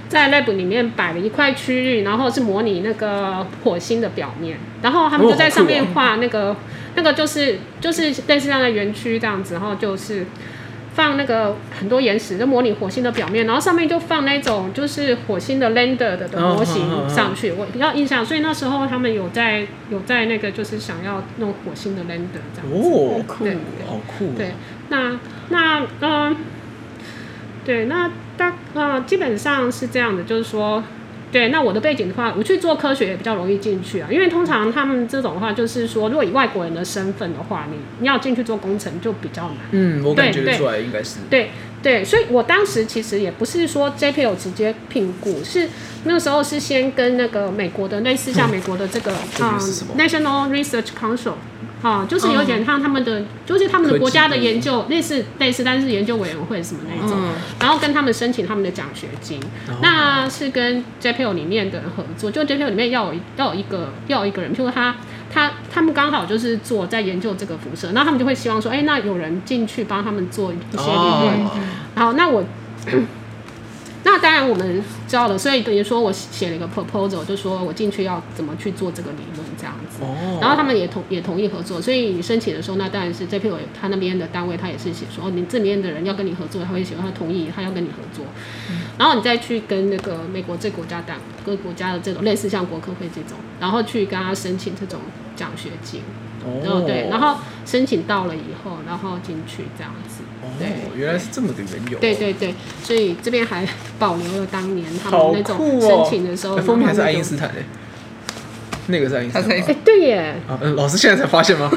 Speaker 1: 在 lab 里面摆了一块区域，然后是模拟那个火星的表面，然后他们
Speaker 2: 哦
Speaker 1: 就在
Speaker 2: 好酷
Speaker 1: 上面
Speaker 2: 哦
Speaker 1: 画那个、那个就是就是类似像在园区这样子，然后就是。放那个很多岩石，就模拟火星的表面，然后上面就放那种就是火星的 lander 的的
Speaker 2: 哦
Speaker 1: 模
Speaker 2: 哦
Speaker 1: 型
Speaker 2: 哦
Speaker 1: 上去。我比较印象，所以那时候他们有在有在那个就是想要弄火星的 lander 这样子。
Speaker 2: 哦，
Speaker 1: 酷对
Speaker 2: 好酷哦，
Speaker 1: 对，那那嗯、对，那大呃基本上是这样的，就是说。对，那我的背景的话，我去做科学也比较容易进去啊，因为通常他们这种的话，就是说，如果以外国人的身份的话，你你要进去做工程就比较难。
Speaker 2: 嗯，我感觉
Speaker 1: 对
Speaker 2: 得
Speaker 1: 对
Speaker 2: 出来应该是
Speaker 1: 对对，所以我当时其实也不是说 JPL 直接聘雇，是那个时候是先跟那个美国的类似像美国的 这个
Speaker 2: 这
Speaker 1: 啊、
Speaker 2: 个嗯是什么嗯
Speaker 1: National Research Council 啊、就是有点像他们的，就是他们的国家的
Speaker 2: 科技部
Speaker 1: 研究类似类似，但是研究委员会什么那一种，
Speaker 3: 嗯，
Speaker 1: 然后跟他们申请他们的奖学金，那是跟 JPL 里面的人合作，就 JPL 里面要有一要有一个要有一个人，譬如他他他们刚好就是做在研究这个辐射，那他们就会希望说，哎，那有人进去帮他们做一些理论。
Speaker 2: 哦，
Speaker 1: 好，那我 那当然我们知道了，所以等于说我写了一个 proposal，就说我进去要怎么去做这个理论这样子。
Speaker 2: 哦
Speaker 1: 然后他们也同也同意合作，所以你申请的时候，那当然是 JPL 他那边的单位，他也是写说，哦，你这边的人要跟你合作，他会写他同意，他要跟你合作。
Speaker 2: 嗯
Speaker 1: 然后你再去跟那个美国这国家单各国家的这种类似像国科会这种，然后去跟他申请这种奖学金，
Speaker 2: 哦
Speaker 1: 哦对，然后申请到了以后，然后进去这样子，对。
Speaker 2: 哦，原来是这么的缘由，啊
Speaker 1: 对对对，所以这边还保留了当年他
Speaker 2: 好
Speaker 1: 们那
Speaker 2: 酷
Speaker 1: 种
Speaker 2: 哦
Speaker 1: 申请的时候，
Speaker 2: 哎封面还是爱因
Speaker 1: 斯。
Speaker 2: 斯坦诶，那个是爱因斯
Speaker 3: 他是爱
Speaker 2: 坦
Speaker 3: 因
Speaker 2: 吧
Speaker 3: 斯
Speaker 1: 哎，对耶，
Speaker 2: 啊，嗯，老师现在才发 现吗？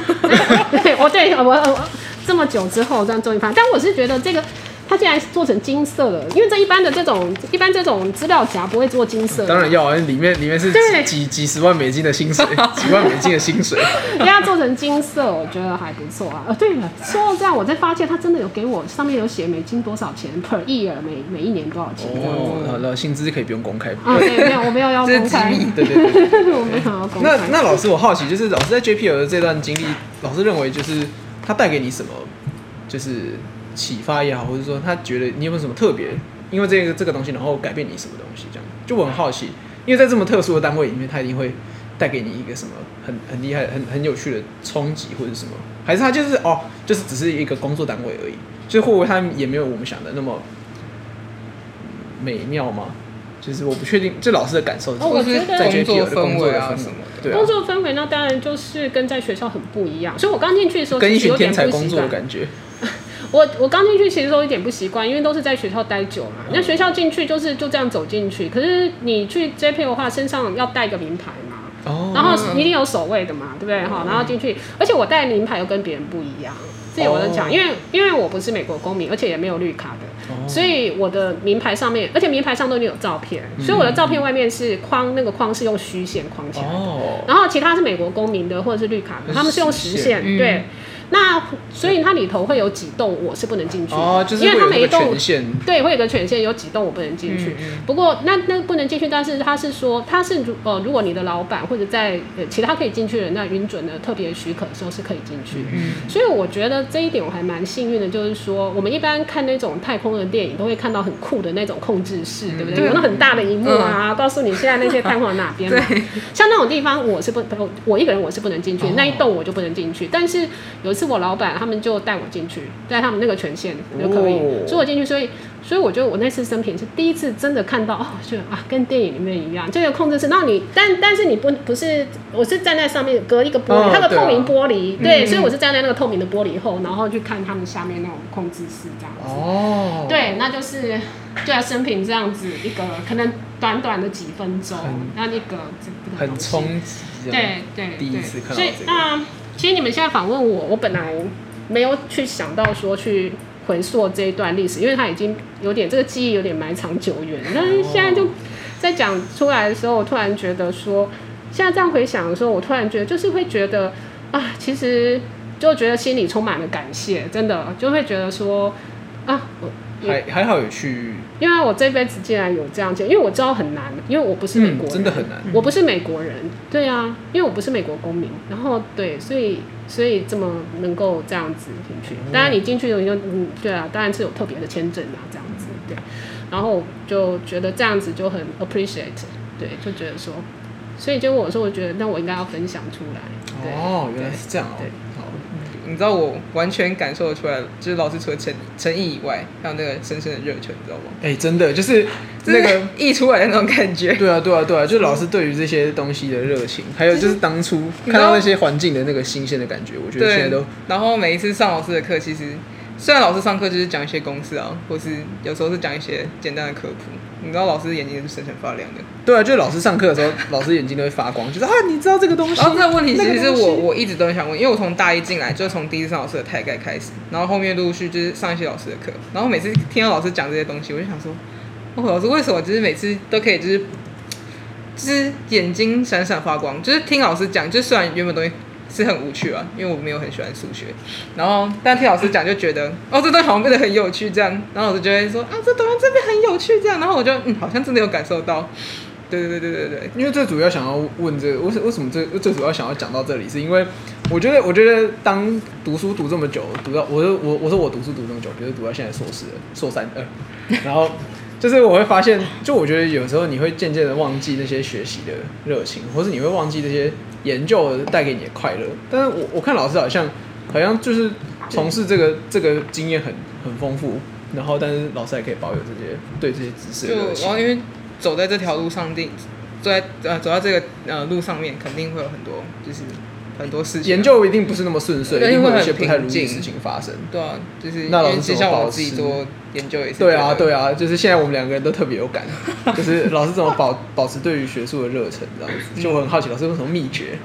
Speaker 1: 对，我对我我这么久之后这样终于发现，但我是觉得这个它竟然做成金色的，因为这一般的这种一般这种资料夹不会做金色的，
Speaker 2: 当然要啊，里面里面是
Speaker 1: 对
Speaker 2: 几几十万美金 的薪水，几万美金的薪水。
Speaker 1: 人家做成金色，我觉得还不错啊。呃，对了，说到这样，我才发现他真的有给我上面有写美金多少钱 per year，每每一年多少钱。
Speaker 2: 哦，
Speaker 1: 嗯
Speaker 2: 好了，薪资可以不用公开。
Speaker 1: 啊，对，没有，我没有 要
Speaker 3: 这是
Speaker 1: 公开
Speaker 3: 机，密
Speaker 2: 对对 对。
Speaker 1: 我没有要公开。
Speaker 2: 那那老师，我好奇，就是老师在 JPL 的这段经历，老师认为就是他带给你什么，就是启发也好，或者说他觉得你有没有什么特别，因为这个这个东西，然后改变你什么东西这样？就我很好奇，因为在这么特殊的单位里面，他一定会带给你一个什么很很厉害、很很有趣的冲击或者什么，还是他就是哦，就是只是一个工作单位而已，就会不会他也没有我们想的那么美妙吗？就是我不确定，这老师的感受是什么。
Speaker 1: 哦我
Speaker 3: 或是
Speaker 1: 觉得
Speaker 2: 在
Speaker 3: 工
Speaker 2: JPL
Speaker 3: 作
Speaker 2: 的工
Speaker 3: 氛
Speaker 2: 作
Speaker 3: 围
Speaker 2: 的
Speaker 3: 啊
Speaker 2: 氛
Speaker 3: 什么的，
Speaker 2: 对啊
Speaker 1: 工，作氛围，那当然就是跟在学校很不一样。所以我刚进去的时候，
Speaker 2: 跟一
Speaker 1: 其实
Speaker 2: 群
Speaker 1: 有点
Speaker 2: 天才
Speaker 1: 不
Speaker 2: 工
Speaker 1: 习
Speaker 2: 作的
Speaker 1: 惯。
Speaker 2: 感觉。
Speaker 1: 我我刚进去其实都有点不习惯，因为都是在学校待久嘛。那学校进去就是就这样走进去，可是你去 JP 的话，身上要带个名牌嘛，
Speaker 2: 哦
Speaker 1: 然后一定有守卫的嘛，对不对？哈，然后进去，而且我带名牌又跟别人不一样，这有人
Speaker 2: 哦哦
Speaker 1: 讲，因为因为我不是美国公民，而且也没有绿卡的，所以我的名牌上面，而且名牌上都已经有照片，
Speaker 2: 嗯
Speaker 1: 所以我的照片外面是框，那个框是用虚线框起来的。
Speaker 2: 哦，
Speaker 1: 然后其他是美国公民的或者是绿卡的，他们是用实线，
Speaker 3: 嗯
Speaker 1: 对。那所以它里头会有几栋我是不能进去的，
Speaker 2: 哦，就是
Speaker 1: 因为它
Speaker 2: 会有
Speaker 1: 每一
Speaker 2: 一个
Speaker 1: 栋
Speaker 2: 权限，嗯
Speaker 1: 对，会有个权限，有几栋我不能
Speaker 3: 嗯
Speaker 1: 进去。不过那那不能进去，但是他是说他是如呃，如果你的老板或者在呃其他可以进去的人，那允准的特别许可的时候是可以进去。
Speaker 3: 嗯
Speaker 1: 所以我觉得这一点我还蛮幸运的，就是说我们一般看那种太空的电影，都会看到很酷的那种控制室，对
Speaker 2: 嗯
Speaker 1: 不对？
Speaker 3: 对
Speaker 1: 有那很大的荧幕啊，告诉你现在那些太空往哪边嘛。像那种地方，我是不，我我一个人我是不能进
Speaker 2: 哦
Speaker 1: 去，那一栋我就不能进去。但是有一次我老板他们就带我进去，在他们那个权限就可以，
Speaker 2: 哦
Speaker 1: 所以我进去，所以所以我觉得我那次生平是第一次真的看到，哦，就啊，跟电影里面一样，这个控制室，那你但但是你不不是，我是站在上面隔一个玻璃，
Speaker 2: 哦
Speaker 1: 它的
Speaker 2: 对啊
Speaker 1: 透明玻璃，
Speaker 3: 嗯
Speaker 1: 对，所以我是站在那个透明的玻璃后，然后去看他们下面那种控制室这样子。
Speaker 2: 哦，，
Speaker 1: 对，那就是就要生平这样子一个，可能短短的几分钟
Speaker 2: 很，
Speaker 1: 那一个这个
Speaker 2: 很
Speaker 1: 东西
Speaker 2: 冲击，
Speaker 1: 对对，
Speaker 2: 第一
Speaker 1: 对
Speaker 2: 次看到
Speaker 1: 所以
Speaker 2: 这个
Speaker 1: 那其实你们现在访问我，我本来没有去想到说去回溯这一段历史，因为它已经有点这个记忆有点埋藏久远。但是现在就在讲出来的时候，我突然觉得说，现在这样回想的时候，我突然觉得就是会觉得啊，其实就觉得心里充满了感谢，真的就会觉得说啊，我
Speaker 2: 还还好有去，
Speaker 1: 因为我这辈子竟然有这样见，因为我知道很难，因为我不是美国
Speaker 2: 嗯，
Speaker 1: 人，
Speaker 2: 真的很难，
Speaker 1: 我不是美国人，对啊，因为我不是美国公民，然后对，所以所以这么能够这样子进去，当然你进去了你就嗯，对啊，当然是有特别的签证啊，这样子对，然后就觉得这样子就很 appreciate，对，就觉得说，所以就问我说，我觉得那我应该要分享出来，嗯对，
Speaker 2: 哦，原来是这样哦
Speaker 1: 对，
Speaker 2: 好，
Speaker 3: 你知道我完全感受得出来，就是老师除了诚诚意以外，还有那个深深的热忱，你知道吗？
Speaker 2: 哎，真的就是那
Speaker 3: 就
Speaker 2: 个
Speaker 3: 是溢出来的那种感觉。
Speaker 2: 对啊，对啊，对啊，就是老师对于这些东西的热情，还有就是当初
Speaker 3: 你
Speaker 2: 看
Speaker 3: 知道
Speaker 2: 到那些环境的那个新鲜的感觉，我觉得现在
Speaker 3: 对
Speaker 2: 都，
Speaker 3: 然后每一次上老师的课，其实虽然老师上课就是讲一些公式啊，或是有时候是讲一些简单的科普，你知道老师的眼睛是闪闪发亮的。
Speaker 2: 对啊，就是老师上课的时候，老师眼睛都会发光，就是啊，你知道这个东西
Speaker 3: 然后这个问题其
Speaker 2: 那个
Speaker 3: 实是
Speaker 2: 东西
Speaker 3: 我我一直都很想问，因为我从大一进来就是从第一次上老师的太概开始，然后后面陆续就是上一些老师的课，然后每次听到老师讲这些东西，我就想说，哦，老师为什么就是每次都可以就是就是眼睛闪闪发光，就是听老师讲，就虽然原本东西是很无趣啊，因为我没有很喜欢数学，然后但听老师讲就觉得，哦，这段好像变得很有趣这样，然后我就觉得说，啊，这段这边很有趣这样，然后我就嗯，好像真的有感受到，对对对对对对，
Speaker 2: 因为最主要想要问这个，为什为什么这最主要想要讲到这里，是因为我觉得，我觉得当读书读这么久，读到我我我说我读书读这么久，比如读到现在硕士了硕三二，然后就是我会发现，就我觉得有时候你会渐渐的忘记那些学习的热情，或是你会忘记这些呃研究带给你的快乐。但是我我看老师好像好像就是从事这个这个经验很很丰富，然后但是老师还可以保有这些对这些知识
Speaker 3: 就
Speaker 2: 的热情
Speaker 3: 然后。因为走在这条路上定，走在呃走到这个呃路上面，肯定会有很多就是很多事情啊
Speaker 2: 研究一定不是那么顺遂，
Speaker 3: 对
Speaker 2: 一定
Speaker 3: 因为
Speaker 2: 会有
Speaker 3: 很
Speaker 2: 一些不太如
Speaker 3: 平
Speaker 2: 意的
Speaker 3: 静
Speaker 2: 事情发生。
Speaker 3: 对啊，就是
Speaker 2: 那
Speaker 3: 因
Speaker 2: 老
Speaker 3: 为
Speaker 2: 师
Speaker 3: 就
Speaker 2: 怎么
Speaker 3: 像我
Speaker 2: 保
Speaker 3: 自己
Speaker 2: 持
Speaker 3: 做研究也是
Speaker 2: 对啊，对
Speaker 3: 啊，
Speaker 2: 啊，就是现在我们两个人都特别有感， 就是老师怎么保 保持对于学术的热忱，这样子，就我很好奇老师有什么秘诀？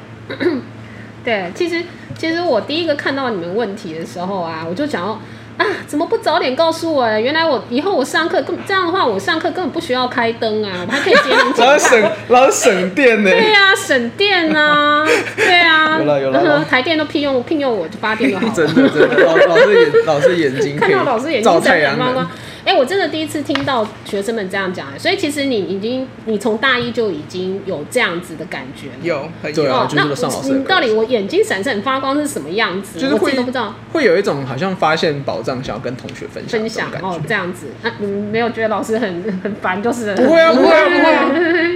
Speaker 1: 对，其实其实我第一个看到你们问题的时候啊，我就想要啊，怎么不早点告诉我、欸？原来我以后我上课根本这样的话，我上课根本不需要开灯啊，我还可以节 能减
Speaker 2: 老
Speaker 1: 碳。
Speaker 2: 师省老师省电呢，
Speaker 1: 对啊，省电 啊，对啊，
Speaker 2: 有了有了有了
Speaker 1: 台电都聘用聘用我就发电就好了。
Speaker 2: 真的真的，老老师眼老师眼睛可
Speaker 1: 啊看到老师
Speaker 2: 以
Speaker 1: 眼
Speaker 2: 照
Speaker 1: 睛
Speaker 2: 太
Speaker 1: 闪
Speaker 2: 阳
Speaker 1: 闪发
Speaker 2: 能
Speaker 1: 光，。哎、我真的第一次听到学生们这样讲、所以其实你已经，你从大一就已经有这样子的感觉了。
Speaker 3: 有很
Speaker 2: 对啊
Speaker 3: 有，
Speaker 1: 哦，
Speaker 2: 就是
Speaker 1: 那
Speaker 2: 这个上老师
Speaker 1: 我
Speaker 2: 的
Speaker 1: 你
Speaker 2: 课
Speaker 1: 到底我眼睛闪闪发光是什么样子？
Speaker 2: 就是
Speaker 1: 我自
Speaker 2: 会
Speaker 1: 己都不知道。
Speaker 2: 会有一种好像发现宝藏，想要跟同学分
Speaker 1: 分
Speaker 2: 享的这种
Speaker 1: 享
Speaker 2: 感
Speaker 1: 哦，
Speaker 2: 觉。
Speaker 1: 这样子，那、你们没有觉得老师很 很烦，就是
Speaker 2: 不会啊，不会啊，不会啊。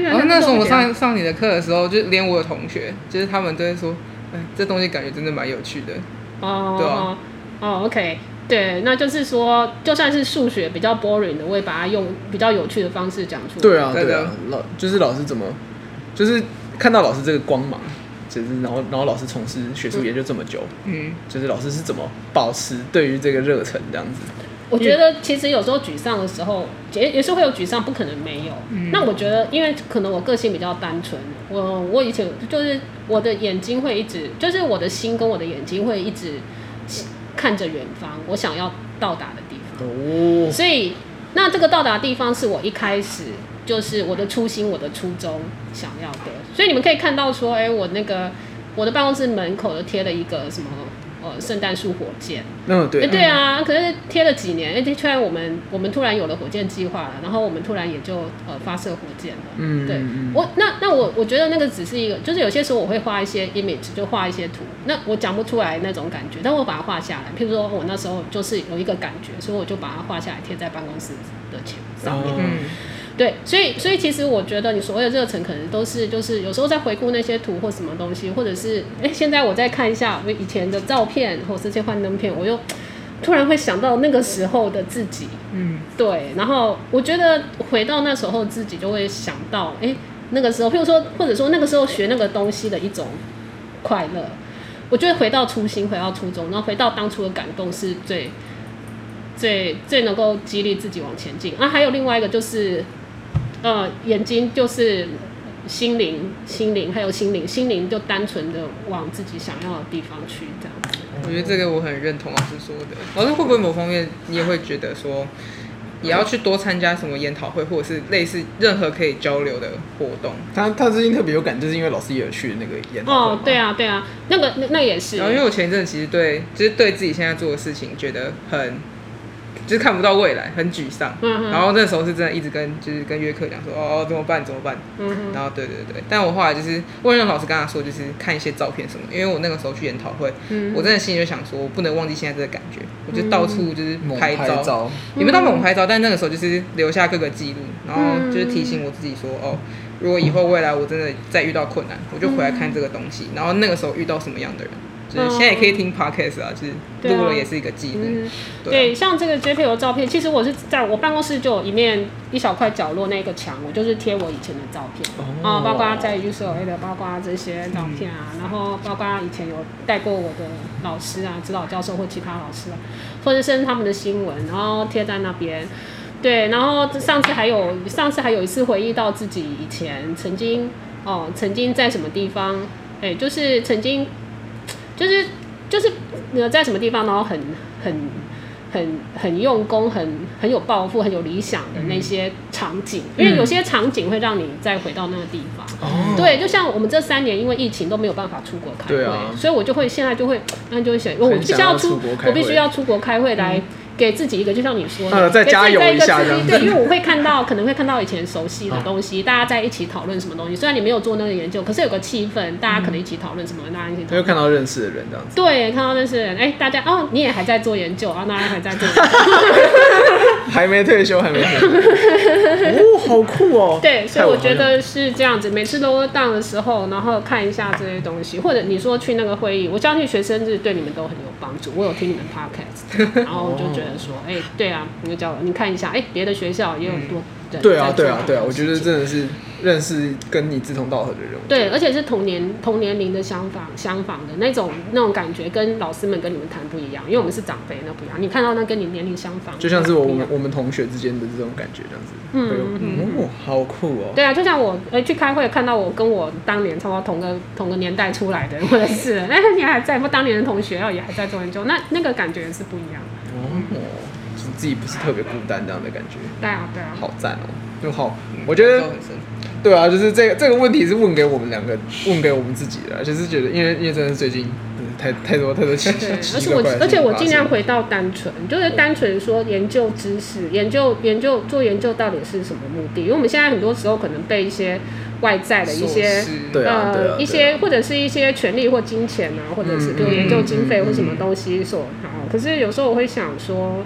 Speaker 3: 然后那时候我上上你的课的时候，就连我的同学，就是他们都会说，哎，这东西感觉真的蛮有趣的，
Speaker 1: 哦，
Speaker 3: 对啊
Speaker 1: 哦，OK，对，那就是说，就算是数学比较 boring 的，我也把它用比较有趣的方式讲出来。
Speaker 2: 对啊，
Speaker 3: 对的
Speaker 2: 对啊，老就是老师怎么，就是看到老师这个光芒，就是然后然后老师从事学术研究这么久，
Speaker 3: 嗯，
Speaker 2: 就是老师是怎么保持对于这个热忱这样子？
Speaker 1: 我觉得其实有时候沮丧的时候，也也是会有沮丧，不可能没有。
Speaker 2: 嗯
Speaker 1: 那我觉得，因为可能我个性比较单纯，我我以前就是我的眼睛会一直，就是我的心跟我的眼睛会一直看着远方，我想要到达的地方。
Speaker 2: 哦，
Speaker 1: 所以，那这个到达的地方是我一开始就是我的初心，我的初衷想要的。所以你们可以看到说，哎、我那个我的办公室门口都贴了一个什么呃圣诞树火箭，
Speaker 2: 嗯，
Speaker 1: 哎
Speaker 2: 对，
Speaker 1: 对啊，可是贴了几年，哎、突然我们我们突然有了火箭计划了，然后我们突然也就呃发射火箭了。
Speaker 2: 嗯，
Speaker 1: 对
Speaker 2: 嗯
Speaker 1: 我那那我我觉得那个只是一个，就是有些时候我会画一些 image，就画一些图，那我讲不出来那种感觉，但我把它画下来。譬如说我那时候就是有一个感觉，所以我就把它画下来贴在办公室的墙上面。
Speaker 2: 哦
Speaker 3: 嗯，
Speaker 1: 对，所以所以其实我觉得你所谓的热忱，可能都是就是有时候在回顾那些图或什么东西，或者是哎、诶现在我再看一下我以前的照片或是这些幻灯片，我又突然会想到那个时候的自己，
Speaker 3: 嗯，
Speaker 1: 对，然后我觉得回到那时候自己就会想到，哎、那个时候，譬如说或者说那个时候学那个东西的一种快乐，我觉得回到初心，回到初衷，然后回到当初的感动是最。最最能够激励自己往前进啊！还有另外一个就是呃，眼睛就是心灵，心灵还有心灵，心灵就单纯的往自己想要的地方去，这样子。
Speaker 3: 我觉得这个我很认同老师说的。老师会不会某方面你也会觉得说，也要去多参加什么研讨会，或者是类似任何可以交流的活动？
Speaker 2: 他他最近特别有感，就是因为老师也有去那个研讨会
Speaker 1: 哦
Speaker 2: 嘛，
Speaker 1: 对，啊，对啊，那个那那也是
Speaker 3: 然，后因为我前一阵其实对，就是对自己现在做的事情觉得很，就是看不到未来，很沮丧。
Speaker 1: 嗯哼
Speaker 3: 然后那时候是真的一直跟就是跟约克讲说，哦怎么办怎么办？
Speaker 1: 嗯哼，
Speaker 3: 然后对对对，但我后来就是为了让老师跟他说，就是看一些照片什么的，因为我那个时候去研讨会，
Speaker 1: 嗯
Speaker 3: 我真的心里就想说，我不能忘记现在这个感觉，我就到处就是
Speaker 2: 嗯猛
Speaker 3: 拍
Speaker 2: 拍
Speaker 3: 照，
Speaker 2: 照，
Speaker 3: 也不到
Speaker 1: 嗯
Speaker 3: 猛拍照，但那个时候就是留下各个记录，然后就是提醒我自己说，哦，如果以后未来我真的再遇到困难，我就回来
Speaker 1: 嗯
Speaker 3: 看这个东西，然后那个时候遇到什么样的人，就是现在也可以听 podcast 啊，就是录了也是一个记录，
Speaker 1: 嗯，
Speaker 3: 对
Speaker 1: 对，
Speaker 3: 啊，
Speaker 1: 像这个 JPL 的照片，其实我是在我办公室就有一面一小块角落那个墙，我就是贴我以前的照片啊、
Speaker 2: 哦
Speaker 1: 包括在 UCLA 的，包括这些照片啊，然后包括以前有带过我的老师啊、指导教授或其他老师啊，或者是他们的新闻，然后贴在那边。对，然后上次还有上次还有一次回忆到自己以前曾经哦、曾经在什么地方，哎，就是曾经就是就是呃在什么地方，然后很很很很用功、很很有抱负、很有理想的那些场景，因为有些场景会让你再回到那个地方。
Speaker 2: 哦，
Speaker 1: 对，就像我们这三年因为疫情都没有办法出国开
Speaker 2: 对
Speaker 1: 会，
Speaker 2: 啊
Speaker 1: 所以我就会现在就会那就会想，我
Speaker 2: 很
Speaker 1: 必须
Speaker 2: 想要
Speaker 1: 要
Speaker 2: 出
Speaker 1: 出
Speaker 2: 国，开
Speaker 1: 我必
Speaker 2: 会嗯
Speaker 1: 须要出国开会来给自己一个，就像你说的，
Speaker 2: 呃再
Speaker 1: 给自己
Speaker 2: 加油
Speaker 1: 再一
Speaker 2: 一
Speaker 1: 个
Speaker 2: 下
Speaker 1: 刺激
Speaker 2: 这样
Speaker 1: 对，因为我会看到，可能会看到以前熟悉的
Speaker 2: 嗯
Speaker 1: 东西，大家在一起讨论什么东西。虽然你没有做那个研究，可是有个气氛，大家可能
Speaker 2: 嗯
Speaker 1: 一起讨论什么，大家一起讨
Speaker 2: 因为
Speaker 1: 论。
Speaker 2: 看到认识的人这样子，
Speaker 1: 对，看到认识的人，哎、大家哦，你也还在做研究啊，大家还在做研究，
Speaker 2: 还没退休，还没退休， 哦，好酷哦，
Speaker 1: 对，所以
Speaker 2: 害
Speaker 1: 我
Speaker 2: 好
Speaker 1: 觉
Speaker 2: 想
Speaker 1: 得是这样子。每次都当的时候，然后看一下这些东西，或者你说去那个会议，我相信学生日对你们都很有帮助。我有听你们 podcast，然后我就觉得说，哎、对啊，你就叫我你看一下，哎、别的学校也有多、人
Speaker 2: 对啊，
Speaker 1: 在做
Speaker 2: 对啊，对啊，
Speaker 1: 这样的
Speaker 2: 我觉得
Speaker 1: 事情
Speaker 2: 真的是认识跟你志同道合的人，我觉
Speaker 1: 对，
Speaker 2: 得
Speaker 1: 而且是同年同年龄的相仿相仿的那种那种感觉，跟老师们跟你们谈不一样，因为我们是长辈，那不一样。你看到那跟你年龄相仿，
Speaker 2: 就像是我
Speaker 1: 不一
Speaker 2: 们
Speaker 1: 样
Speaker 2: 我们同学之间的这种感觉这样子，
Speaker 1: 嗯
Speaker 2: 会有哦，好酷哦，
Speaker 1: 对啊，就像我呃去开会看到我跟我当年差不多同个同个年代出来的，或者是哎、你还在，或当年的同学哦也还在做研究，那那个感觉是不一样的。
Speaker 2: 哦，就是自己不是特别孤单这样的感觉，
Speaker 1: 对啊，对啊，
Speaker 2: 好赞哦，就好，我
Speaker 1: 嗯
Speaker 2: 觉得
Speaker 3: 都很深
Speaker 2: 对啊，就是这个这个问题是问给我们两个，问给我们自己的啊，就是觉得因为因为真的最近真的太太多太多奇奇
Speaker 1: 对，而
Speaker 2: 奇
Speaker 1: 且
Speaker 2: 怪
Speaker 1: 我
Speaker 2: 怪的事情发生，
Speaker 1: 而且我尽量回到单纯，就是单纯说研究知识，研究研究做研究到底是什么目的？因为我们现在很多时候可能被一些外在的一些
Speaker 3: 硕士
Speaker 2: 对啊对啊
Speaker 1: 呃一
Speaker 2: 对啊
Speaker 1: 些或者是一些权利或金钱啊，或者是
Speaker 2: 嗯
Speaker 1: 比如
Speaker 3: 嗯
Speaker 1: 研究经费
Speaker 2: 嗯
Speaker 1: 或什么东西所好。可是有时候我会想说，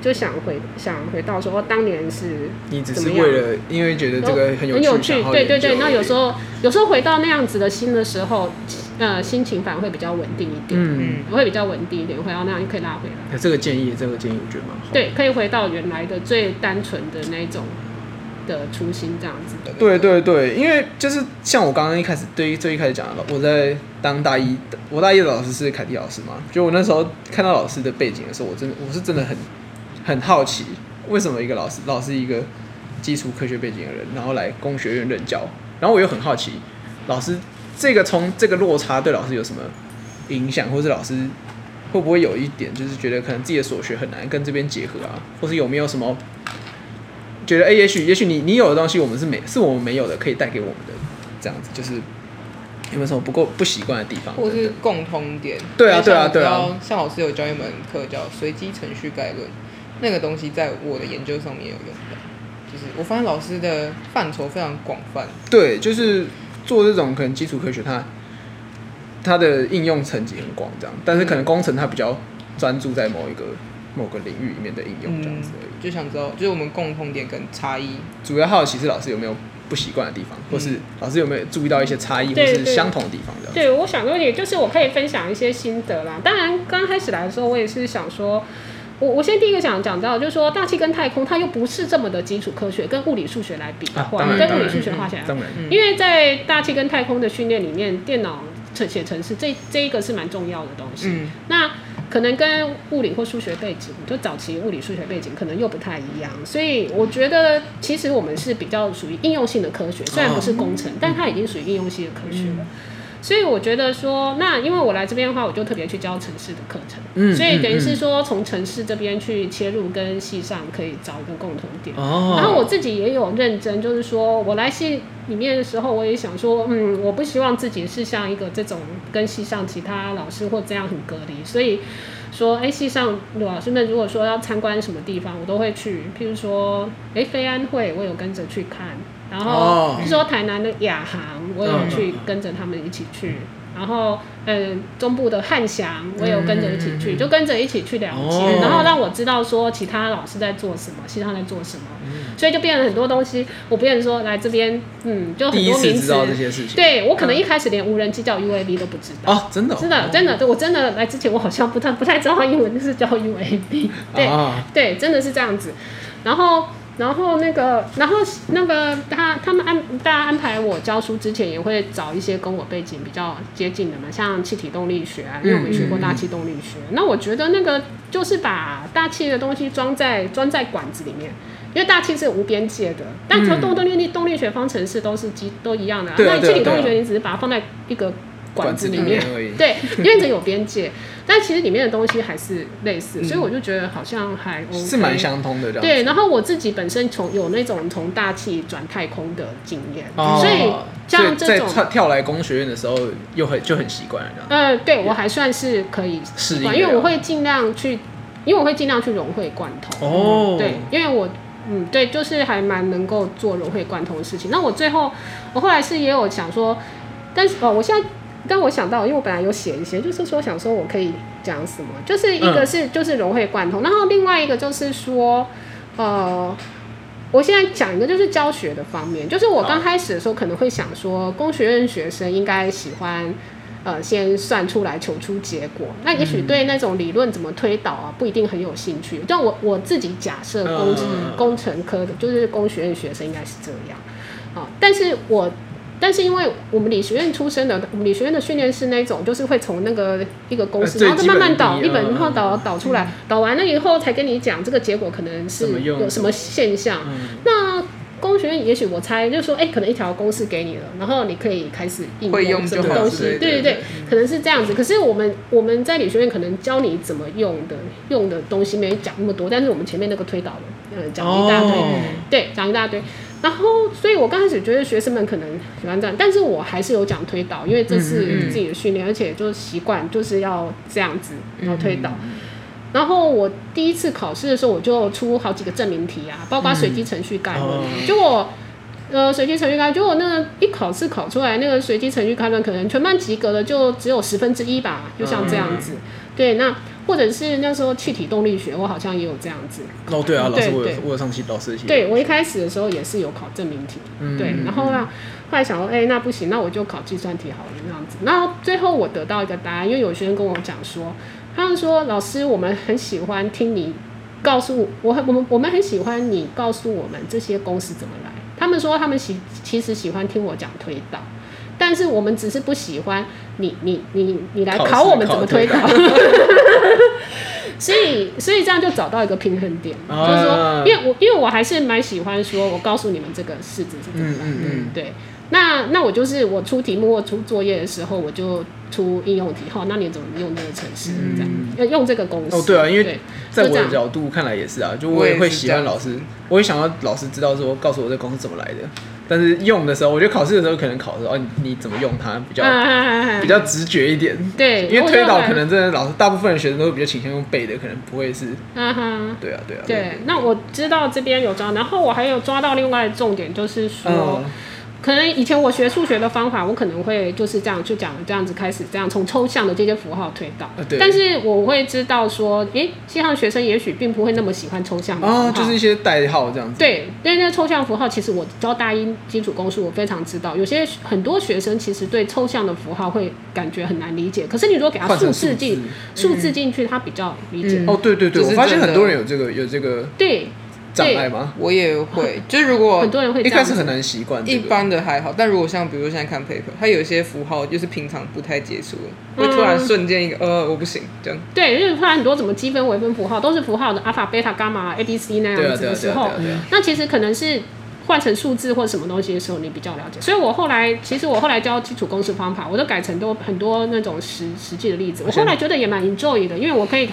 Speaker 1: 就想回想回到说，哦当年是
Speaker 2: 你只
Speaker 1: 怎
Speaker 2: 是
Speaker 1: 么样
Speaker 2: 为了因为觉得这个很有
Speaker 1: 很有趣
Speaker 2: 想，要
Speaker 1: 对对
Speaker 2: 研究
Speaker 1: 对。那有
Speaker 2: 而已
Speaker 1: 时候有时候回到那样子的心的时候，呃，心情反而会比较稳定一点，
Speaker 2: 嗯，
Speaker 1: 会比较稳定一点，回到那样就可以拉回来。
Speaker 2: 这个建议这个建议我觉得蛮好的。
Speaker 1: 对，可以回到原来的最单纯的那种的初心这样子的。
Speaker 2: 对对对，因为就是像我刚刚一开始对于最一开始讲的，我在当大一，我大一的老师是凯蒂老师嘛，就我那时候看到老师的背景的时候，我真的我是真的很很好奇，为什么一个老师老师一个基础科学背景的人，然后来工学院任教，然后我又很好奇，老师这个从这个落差对老师有什么影响，或是老师会不会有一点就是觉得可能自己的所学很难跟这边结合啊，或是有没有什么觉得哎、诶也许也许你你有的东西我们是没是我们没有的，可以带给我们的这样子，就是有没有什么不够不习惯的地方
Speaker 3: 或
Speaker 2: 等
Speaker 3: 是
Speaker 2: 等？
Speaker 3: 共通点。
Speaker 2: 对啊
Speaker 3: 因为像我
Speaker 2: 对啊对啊
Speaker 3: 知道像老师有教一门课叫《随机程序概论》，那个东西在我的研究上面有用到。就是我发现老师的范畴非常广泛，
Speaker 2: 对，就是做这种可能基础科学它它的应用层级很广这样，但是可能工程它比较专注在某一个某个领域里面的应用
Speaker 1: 嗯
Speaker 2: 这样子而已。
Speaker 3: 就想知道就是我们共通点跟差异。
Speaker 2: 主要好奇是老师有没有不习惯的地方，或是老师有没有注意到一些差异
Speaker 1: 嗯
Speaker 2: 或
Speaker 1: 对
Speaker 2: 是
Speaker 1: 对
Speaker 2: 相同的地方这样。
Speaker 1: 对，我想的问题就是我可以分享一些心得啦。当然，刚开始来的时候，我也是想说，我我先第一个想讲到，就是说大气跟太空，它又不是这么的基础科学，跟物理数学来比的
Speaker 2: 啊
Speaker 1: 话，
Speaker 2: 当然
Speaker 1: 跟
Speaker 2: 当
Speaker 1: 物理
Speaker 2: 然
Speaker 1: 数学化学来比
Speaker 2: 当然，嗯
Speaker 1: 嗯
Speaker 3: 嗯
Speaker 1: 因为在大气跟太空的训练里面，电脑程写程式这这一个是蛮重要的东西。
Speaker 3: 嗯，
Speaker 1: 那可能跟物理或数学背景，就早期物理数学背景可能又不太一样，所以我觉得其实我们是比较属于应用性的科学，虽然
Speaker 2: 哦
Speaker 1: 不是工程，但它已经属于应用性的科学了。所以我觉得说，那因为我来这边的话，我就特别去教城市的课程，
Speaker 2: 嗯
Speaker 1: 所以等于
Speaker 2: 嗯
Speaker 1: 是
Speaker 2: 嗯
Speaker 1: 说从城市这边去切入，跟系上可以找一个共同点。
Speaker 2: 哦
Speaker 1: 然后我自己也有认真，就是说我来系里面的时候，我也想说，嗯，我不希望自己是像一个这种跟系上其他老师或这样很隔离，所以说，哎，系上老师们如果说要参观什么地方，我都会去，譬如说，哎，飞安会我有跟着去看，然后
Speaker 2: 哦嗯
Speaker 1: 譬如说台南的亚航，我有去跟着他们一起去。然后，嗯，中部的汉翔，我有跟着一起去，就跟着一起去了解，
Speaker 2: 嗯哦
Speaker 1: 然后让我知道说其他老师在做什么，系上在做什么。所以就变了很多东西。我变成说来这边，嗯，就很
Speaker 2: 第一
Speaker 1: 多
Speaker 2: 次
Speaker 1: 名
Speaker 2: 知
Speaker 1: 词
Speaker 2: 道。这些事情。
Speaker 1: 对我可能一开始连无人机叫 UAV 都不知道。
Speaker 2: 哦，真的哦、
Speaker 1: 真的，真的，对我真的来之前，我好像不太不太知道英文就是叫 UAV，对、
Speaker 2: 啊
Speaker 1: 对，真的是这样子。然后，然后那个，然后那个他他们安大家安排我教书之前，也会找一些跟我背景比较接近的嘛，像气体动力学啊，因为我们学过大气动力学。那我觉得那个就是把大气的东西装在装在管子里面。因为大气是无边界的，但从动动力动力学方程式都是基都一样的、
Speaker 2: 对啊
Speaker 1: 那
Speaker 2: 对啊
Speaker 1: 气体动力
Speaker 2: 对啊
Speaker 1: 学你只是把它放在一个管
Speaker 2: 管
Speaker 1: 子
Speaker 2: 子
Speaker 1: 里
Speaker 2: 里
Speaker 1: 面
Speaker 2: 面而已。
Speaker 1: 对，因为这有边界，但其实里面的东西还是类似，所以我就觉得好像还 OK，
Speaker 2: 嗯是蛮相通的这样。
Speaker 1: 对，然后我自己本身从有那种从大气转太空的经验，
Speaker 2: 哦，
Speaker 1: 所以像
Speaker 2: 所以
Speaker 1: 这种
Speaker 2: 在，跳跳来工学院的时候，又很就很习惯了这样。
Speaker 1: 呃，对我还算是可以
Speaker 2: 适
Speaker 1: 习
Speaker 2: 应
Speaker 1: 惯，
Speaker 2: 得
Speaker 1: 因为我
Speaker 2: 了
Speaker 1: 会尽量去，因为我会尽量去融会贯通。
Speaker 2: 哦哦，
Speaker 1: 对，因为我嗯对，就是还蛮能够做融会贯通的事情。那我最后我后来是也有想说，但是哦，我现在。但我想到，因为我本来有写一些，就是说想说我可以讲什么，就是一个
Speaker 2: 嗯
Speaker 1: 是、就是融会贯通，然后另外一个就是说，呃，我现在讲一个就是教学的方面，就是我刚开始的时候可能会想说，工学院学生应该喜欢，呃，先算出来求出结果。那也
Speaker 2: 嗯
Speaker 1: 许对那种理论怎么推导啊，不一定很有兴趣。但我我自己假设工、
Speaker 2: 嗯
Speaker 1: 工程科的，就是工学院学生应该是这样啊、但是我。但是因为我们理学院出身的，我们理学院的训练是那种，就是会从那个一个公式，
Speaker 2: 呃最
Speaker 1: 然后再慢慢导一
Speaker 2: 基本
Speaker 1: 本，
Speaker 2: 的
Speaker 1: 然后导
Speaker 2: 嗯
Speaker 1: 导出来，导完了以后才跟你讲这个结果可能是
Speaker 2: 怎么用
Speaker 1: 有什么现象。
Speaker 2: 嗯，
Speaker 1: 那工学院也许我猜就是说，哎、可能一条公式给你了，然后你可以开始应
Speaker 3: 会用
Speaker 1: 什
Speaker 3: 就
Speaker 1: 么
Speaker 3: 好
Speaker 1: 东
Speaker 3: 之类
Speaker 1: 西，对
Speaker 3: 的
Speaker 2: 嗯
Speaker 1: 对对，可能是这样子。可是我们我们在理学院可能教你怎么用的用的东西没讲那么多，但是我们前面那个推导了，嗯，讲了一大堆，
Speaker 2: 哦
Speaker 1: 对，讲一大堆。然后，所以我刚开始觉得学生们可能喜欢这样，但是我还是有讲推导，因为这
Speaker 3: 嗯嗯
Speaker 1: 是
Speaker 3: 嗯
Speaker 1: 自己的训练，而且就是习惯就是要这样子，然后
Speaker 3: 嗯
Speaker 1: 推导。然后我第一次考试的时候，我就出好几个证明题啊，包括随机程序概论啊，
Speaker 2: 哦
Speaker 1: 结果。呃，随机程序概论，结果那个一考试考出来，那个随机程序概论可能全班及格的就只有十分之一吧，就像这样子。对，那或者是那时候气体动力学，我好像也有这样子。
Speaker 2: 哦对啊，老师
Speaker 1: 对
Speaker 2: 我
Speaker 1: 对
Speaker 2: 有我有上期老师的期嗯
Speaker 1: 对我一开始的时候也是有考证明题，对，然后呢，后来想说，哎、那不行，那我就考计算题好了，这样子。然后最后我得到一个答案，因为有学生跟我讲说，他们说老师，我们很喜欢听你告诉我，很我们我们很喜欢你告诉我们这些公式怎么来。他们说他们喜其实喜欢听我讲推导。但是我们只是不喜欢你，你，你，你来
Speaker 2: 考试
Speaker 1: 考我们怎么
Speaker 2: 考
Speaker 1: 推
Speaker 2: 推
Speaker 1: 导
Speaker 2: 导，
Speaker 1: 所以，所以这样就找到一个平衡点，
Speaker 2: 啊
Speaker 1: 就是说，因为我因为我还是蛮喜欢说，我告诉你们这个式子是怎么来的
Speaker 2: 嗯嗯嗯
Speaker 1: 对。那那我就是我出题目或出作业的时候，我就出应用题号，那你怎么用这个程式？这样要用这个公式。
Speaker 2: 嗯哦，对啊，因为
Speaker 1: 对
Speaker 2: 在我
Speaker 1: 就这
Speaker 2: 的
Speaker 1: 样
Speaker 2: 角度看来也是啊，就
Speaker 3: 我
Speaker 2: 我
Speaker 3: 也
Speaker 2: 也
Speaker 3: 是
Speaker 2: 会喜欢
Speaker 3: 这样
Speaker 2: 老师，我会想要老师知道说，告诉我这公式怎么来的。但是用的时候，我觉得考试的时候可能考的时候，哦，你你怎么用它比较、
Speaker 1: 啊啊啊啊啊
Speaker 2: 比较直觉一点，
Speaker 1: 对，
Speaker 2: 因为
Speaker 1: 我
Speaker 2: 推导
Speaker 1: 就
Speaker 2: 可能真的老师大部分的学生都会比较倾向用背的，可能不会是
Speaker 1: 嗯哼。
Speaker 2: 对啊对啊
Speaker 1: 对，那我知道这边有抓，然后我还有抓到另外的重点，就是说，
Speaker 2: 嗯
Speaker 1: 可能以前我学数学的方法，我可能会就是这样就讲这样子开始，这样从抽象的这些符号推导
Speaker 2: 呃。对
Speaker 1: 但是我会知道说，诶，西汉学生也许并不会那么喜欢抽象的符号。
Speaker 2: 哦，就是一些代号这样子，
Speaker 1: 对，对，那抽象符号，其实我教大一基础公式，我非常知道。有些很多学生其实对抽象的符号会感觉很难理解，可是你如果给他
Speaker 2: 换成
Speaker 1: 啊数
Speaker 2: 数
Speaker 1: 字
Speaker 2: 字嗯
Speaker 1: 进，数字进去，他比较理解。
Speaker 3: 嗯
Speaker 2: 哦，对对对，
Speaker 3: 就是
Speaker 2: 我发现
Speaker 3: 真的
Speaker 2: 很多人有这个有这个
Speaker 1: 对，
Speaker 2: 障
Speaker 1: 对，
Speaker 2: 碍吗？
Speaker 3: 我也会，就如果
Speaker 1: 很多人会
Speaker 2: 一
Speaker 1: 这
Speaker 2: 开
Speaker 1: 样
Speaker 2: 始
Speaker 1: 子。
Speaker 2: 很难习惯
Speaker 3: 一
Speaker 2: 这个，
Speaker 3: 般的还好，但如果像比如说现在看 paper，它有一些符号就是平常不太接触的，会突
Speaker 1: 嗯
Speaker 3: 然瞬间一个、呃我不行这样，
Speaker 1: 对，因为突然很多什么积分、微分符号都是符号的阿法、贝塔、伽马、A、B、C 那
Speaker 2: 对
Speaker 1: 样
Speaker 2: 啊
Speaker 1: 子
Speaker 2: 对啊
Speaker 1: 的
Speaker 2: 对
Speaker 1: 时
Speaker 2: 啊对
Speaker 1: 候
Speaker 2: 啊，对啊，
Speaker 1: 那其实可能是换成数字或什么东西的时候，你比较了解。所以我后来，其实我后来教基础公式方法，我都改成都很多那种实实际的例子。我后来觉得也蛮 enjoy 的，因为我可以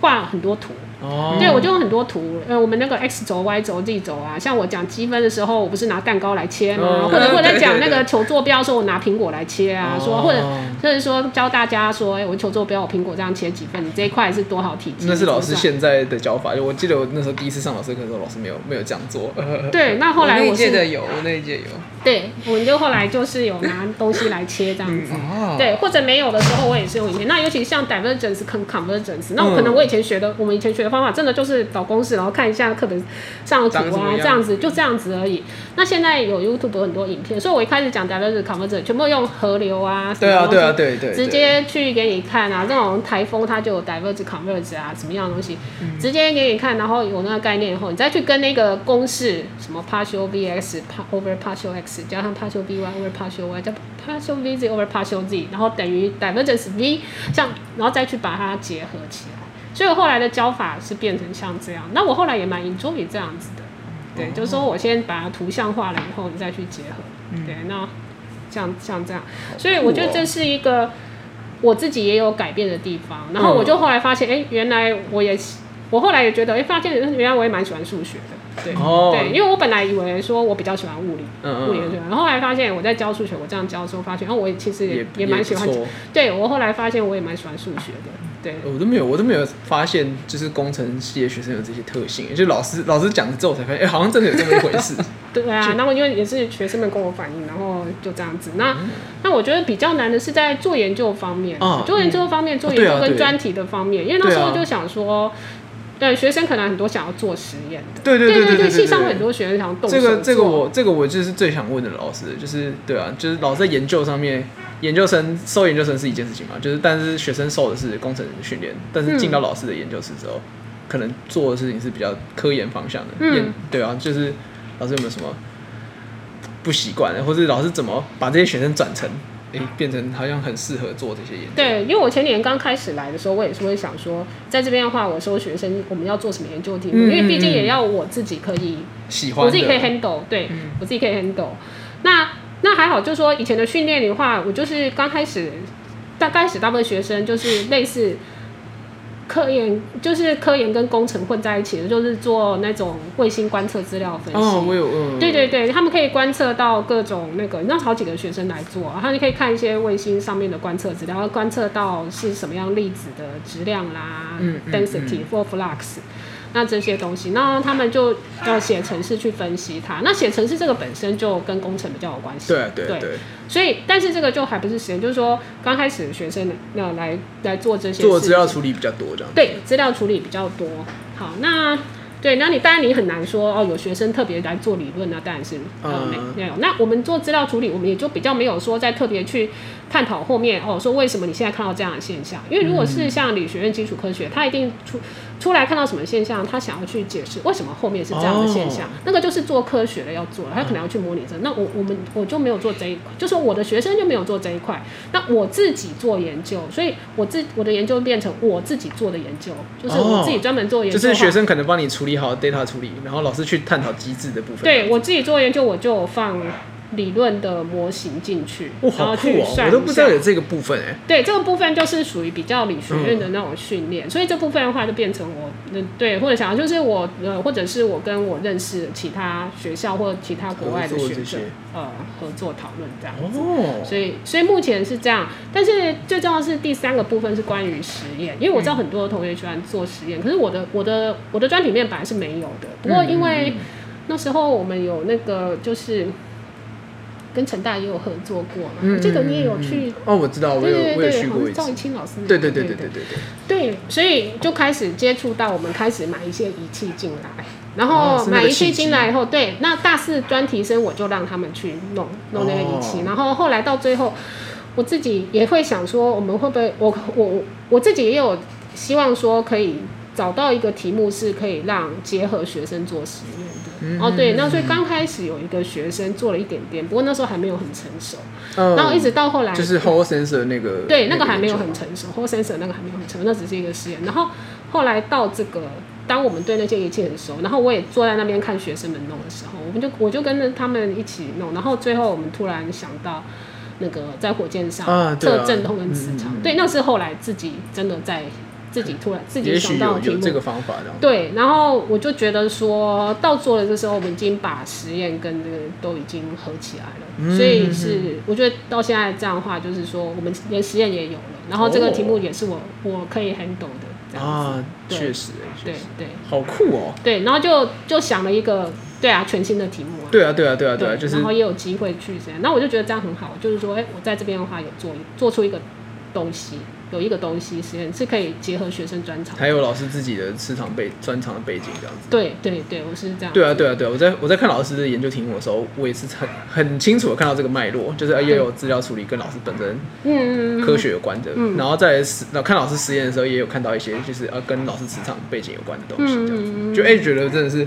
Speaker 1: 画很多图。
Speaker 2: 哦，
Speaker 1: 对，我就用很多图，呃，我们那个 x 轴、y 轴、z 轴啊，像我讲积分的时候，我不是拿蛋糕来切吗？
Speaker 2: 哦
Speaker 1: 或者我在讲
Speaker 3: 对对对
Speaker 1: 那个求坐标的时候，我拿苹果来切啊，说或者
Speaker 2: 哦
Speaker 1: 或者说教大家说，哎、我求坐标，我苹果这样切几份，你这一块是多少体积？
Speaker 2: 那是老师
Speaker 1: 你怎么
Speaker 2: 现在的教法，就我记得我那时候第一次上老师课的时候，老师没有没有这样做。
Speaker 1: 算对，那后来
Speaker 3: 我那
Speaker 1: 我
Speaker 3: 一届
Speaker 1: 是
Speaker 3: 的有，我那一届有，
Speaker 1: 对，我们就后来就是有拿东西来切这样子。
Speaker 2: 哦，
Speaker 1: 对，或者没有的时候，我也是用影片。那尤其像 divergence 跟 convergence，那我可能我以前学的，我们以前学的方法，真的就是找公式，然后看一下课本上的
Speaker 2: 长
Speaker 1: 图
Speaker 2: 什么
Speaker 1: 啊
Speaker 2: 样，
Speaker 1: 这样子就这样子而已。那现在有 YouTube 有很多影片，所以我一开始讲 divergence、convergence 全部用河流啊，什
Speaker 2: 对
Speaker 1: 么
Speaker 2: 啊，
Speaker 1: 东西
Speaker 2: 对啊，对对，对
Speaker 1: 直接去给你看啊，这种台风它就有 diverge、converge 啊，什么样的东西，直接给你看，然后有那个概念以后，你再去跟那个公式，什么 partial vx pa- over partial x 加上 partial vy over partial y 加 partial vz over partial z，然后等于 divergence v，像然后再去把它结合起来。所以我后来的教法是变成像这样，那我后来也蛮 enjoy 这样子的，对，就是说我先把它图像化了以后，你再去结合，对，那像像这样，所以我觉得这是一个我自己也有改变的地方。然后我就后来发
Speaker 2: 嗯
Speaker 1: 现，哎、原来我也喜，我后来也觉得，哎、发现原来我也蛮喜欢数学的，对。
Speaker 2: 哦，
Speaker 1: 对，因为我本来以为说我比较喜欢物理，
Speaker 2: 嗯
Speaker 1: 物理的对，然后后来发现我在教数学，我这样教的时候发现，哦，我也其实也
Speaker 2: 也
Speaker 1: 也蛮喜欢
Speaker 2: 不，错嗯
Speaker 1: 对我后来发现我也蛮喜欢数学的，对，
Speaker 2: 我都没有，我都没有发现，就是工程系的学生有这些特性，就老师老师讲了之后才发现，哎，好像真的有这么一回事。
Speaker 1: 对啊，然后因为也是学生们跟我反映，然后就这样子。那那我觉得比较难的是在做研究方面，
Speaker 2: 嗯啊
Speaker 1: 做研究方面、做
Speaker 2: 哦
Speaker 1: 研
Speaker 2: 对啊
Speaker 1: 究跟
Speaker 2: 对
Speaker 1: 专题的方面，因为那时
Speaker 2: 对
Speaker 1: 候
Speaker 2: 啊
Speaker 1: 就想说，对学生可能很多想要做实验的，
Speaker 2: 对对
Speaker 1: 对
Speaker 2: 对
Speaker 1: 对，
Speaker 2: 对，
Speaker 1: 系上会很多学生想要动手
Speaker 2: 这
Speaker 1: 做
Speaker 2: 个这个我这个我就是最想问的老师，就是对啊，就是老师在研究上面，研究生收研究生是一件事情嘛，就是但是学生受的是工程训练，但是进到老师的研究室之后，可能做的事情是比较科研方向的，
Speaker 1: 嗯
Speaker 2: 研对啊，就是老师有没有什么不习惯啊的，或是老师怎么把这些学生转成，诶、变成好像很适合做这些研究，
Speaker 1: 对，因为我前年刚开始来的时候，我也是会想说，在这边的话，我收学生我们要做什么研究题目，
Speaker 2: 嗯
Speaker 1: 因为毕竟
Speaker 2: 嗯嗯
Speaker 1: 也要我自己可以
Speaker 2: 喜
Speaker 1: 我
Speaker 2: 欢的，
Speaker 1: 自己可以 handle，对、
Speaker 2: 嗯
Speaker 1: 我自己可以 handle。那那还好，就是说以前的训练的话，我就是刚开始，大刚开始大部分学生就是类似科研，就是科研跟工程混在一起的，就是做那种卫星观测资料分析。
Speaker 2: 哦，我有，嗯，
Speaker 1: 对对对，他们可以观测到各种那个，那好几个学生来做、啊，他们可以看一些卫星上面的观测资料，观测到是什么样粒子的质量啦、
Speaker 2: 嗯嗯
Speaker 1: d e n s i t y for flux，那这些东西，那他们就要写程式去分析它。那写程式这个本身就跟工程比较有关系，
Speaker 2: 对啊对啊
Speaker 1: 对
Speaker 2: 对，
Speaker 1: 所以但是这个就还不是实验，就是说刚开始学生那来来做这些
Speaker 2: 做
Speaker 1: 事
Speaker 2: 资料
Speaker 1: 情
Speaker 2: 处理比较多这样子，
Speaker 1: 对，资料处理比较多。好，那对，那你当然你很难说哦，有学生特别来做理论，那当然是呃没
Speaker 2: 嗯
Speaker 1: 没有。那我们做资料处理，我们也就比较没有说再特别去探讨后面哦，说为什么你现在看到这样的现象？因为如果
Speaker 2: 嗯
Speaker 1: 是像理学院基础科学，他一定出出来看到什么现象，他想要去解释为什么后面是这样的现象，
Speaker 2: 哦
Speaker 1: 那个就是做科学的要做的，他可能要去模拟这。那我我们我就没有做这一块，就说我的学生就没有做这一块，那我自己做研究，所以我自我的研究变成我自己做的研究，就是我自己专门做研
Speaker 2: 就
Speaker 5: 哦
Speaker 1: 究的话。
Speaker 2: 是学生可能帮你处理好 data 处理，然后老师去探讨机制的部分。
Speaker 1: 对我自己做研究，我就放理论的模型进去，
Speaker 5: 哇，
Speaker 1: 然
Speaker 5: 好
Speaker 1: 后
Speaker 5: 酷
Speaker 1: 去
Speaker 5: 哦！
Speaker 1: 算
Speaker 5: 我
Speaker 1: 一
Speaker 5: 都不知道
Speaker 1: 下
Speaker 5: 有这个部分哎。
Speaker 1: 对，这个部分就是属于比较理学
Speaker 5: 嗯
Speaker 1: 院的那种训练，所以这部分的话就变成我，嗯，对，或者想要就是我，呃，或者是我跟我认识其他学校或其他国外的
Speaker 5: 合作
Speaker 1: 学
Speaker 5: 这
Speaker 1: 者
Speaker 5: 些，
Speaker 1: 呃，合作讨论这样子。
Speaker 5: 哦，
Speaker 1: 所以，所以目前是这样，但是最重要的是第三个部分是关于实验，因为我知道很多同学喜欢做实
Speaker 5: 嗯
Speaker 1: 验，可是我的我的我的专题里面本来是没有的，不过因为那时候我们有那个就是跟成大也有合作过嘛，
Speaker 5: 嗯
Speaker 1: 这个你也有去
Speaker 5: 哦，我知道，我有
Speaker 1: 对对
Speaker 5: 我有
Speaker 1: 对，
Speaker 5: 去
Speaker 1: 好像
Speaker 5: 过
Speaker 1: 是
Speaker 5: 一
Speaker 1: 赵一
Speaker 5: 次。
Speaker 1: 清老师。
Speaker 5: 对对对对
Speaker 1: 对
Speaker 5: 对对对。
Speaker 1: 对所以就开始接触到，我们开始买一些仪器进来，然
Speaker 5: 哦
Speaker 1: 后
Speaker 5: 是那个
Speaker 1: 买仪器
Speaker 5: 契机
Speaker 1: 进来以后，对，那大四专题生我就让他们去弄弄那个仪器，
Speaker 5: 哦
Speaker 1: 然后后来到最后，我自己也会想说，我们会不会，我我我自己也有希望说可以。找到一个题目是可以让结合学生做实验的、
Speaker 5: 嗯
Speaker 1: 哦，对，那所以刚开始有一个学生做了一点点，不过那时候还没有很成熟，
Speaker 5: 嗯
Speaker 1: 然后一直到后来
Speaker 5: 就是 whole sensor 那个。
Speaker 1: 对，那个还没有
Speaker 5: 研
Speaker 1: 很
Speaker 5: 究
Speaker 1: 成熟 w h o sensor 那个还没有很成熟，那只是一个实验。然后后来到这个，当我们对那些仪器很熟，然后我也坐在那边看学生们弄的时候，我们就我就跟着他们一起弄，然后最后我们突然想到。那个在火箭上
Speaker 5: 啊对啊
Speaker 1: 测振动跟磁场，
Speaker 5: 嗯嗯嗯
Speaker 1: 对，那是后来自己真的在自己突然自己
Speaker 5: 也许
Speaker 1: 想到
Speaker 5: 有
Speaker 1: 的题
Speaker 5: 有
Speaker 1: 目，
Speaker 5: 这个方法的。
Speaker 1: 对，然后我就觉得说到做了的时候，我们已经把实验跟这个都已经合起来了，
Speaker 5: 嗯
Speaker 1: 所以是我觉得到现在这样的话，就是说我们连实验也有了，然后这个题目也是我、我可以 handle 的这样子，
Speaker 5: 啊，
Speaker 1: 对
Speaker 5: 确实哎，确
Speaker 1: 对
Speaker 5: 实
Speaker 1: 对
Speaker 5: 好酷哦。
Speaker 1: 对，然后就就想了一个对啊全新的题目啊，
Speaker 5: 对啊，对啊，对啊，对啊，就是
Speaker 1: 然后也有机会去这样，那我就觉得这样很好，就是说，哎、我在这边的话有做做出一个东西，有一个东西实验是可以结合学生专长的，
Speaker 5: 还有老师自己的市场背专长的背景这样子。
Speaker 1: 对对对，我是这样，
Speaker 5: 对啊，对啊，对啊！我在我在看老师的研究题目的时候，我也是很很清楚的看到这个脉络，
Speaker 1: 嗯
Speaker 5: 就是也有资料处理跟老师本身
Speaker 1: 嗯，嗯嗯嗯
Speaker 5: 科学有关的，然后再来实那看老师实验的时候，也有看到一些就是呃跟老师职场背景有关的东西，这样子、
Speaker 1: 嗯
Speaker 5: 就哎、觉得真的是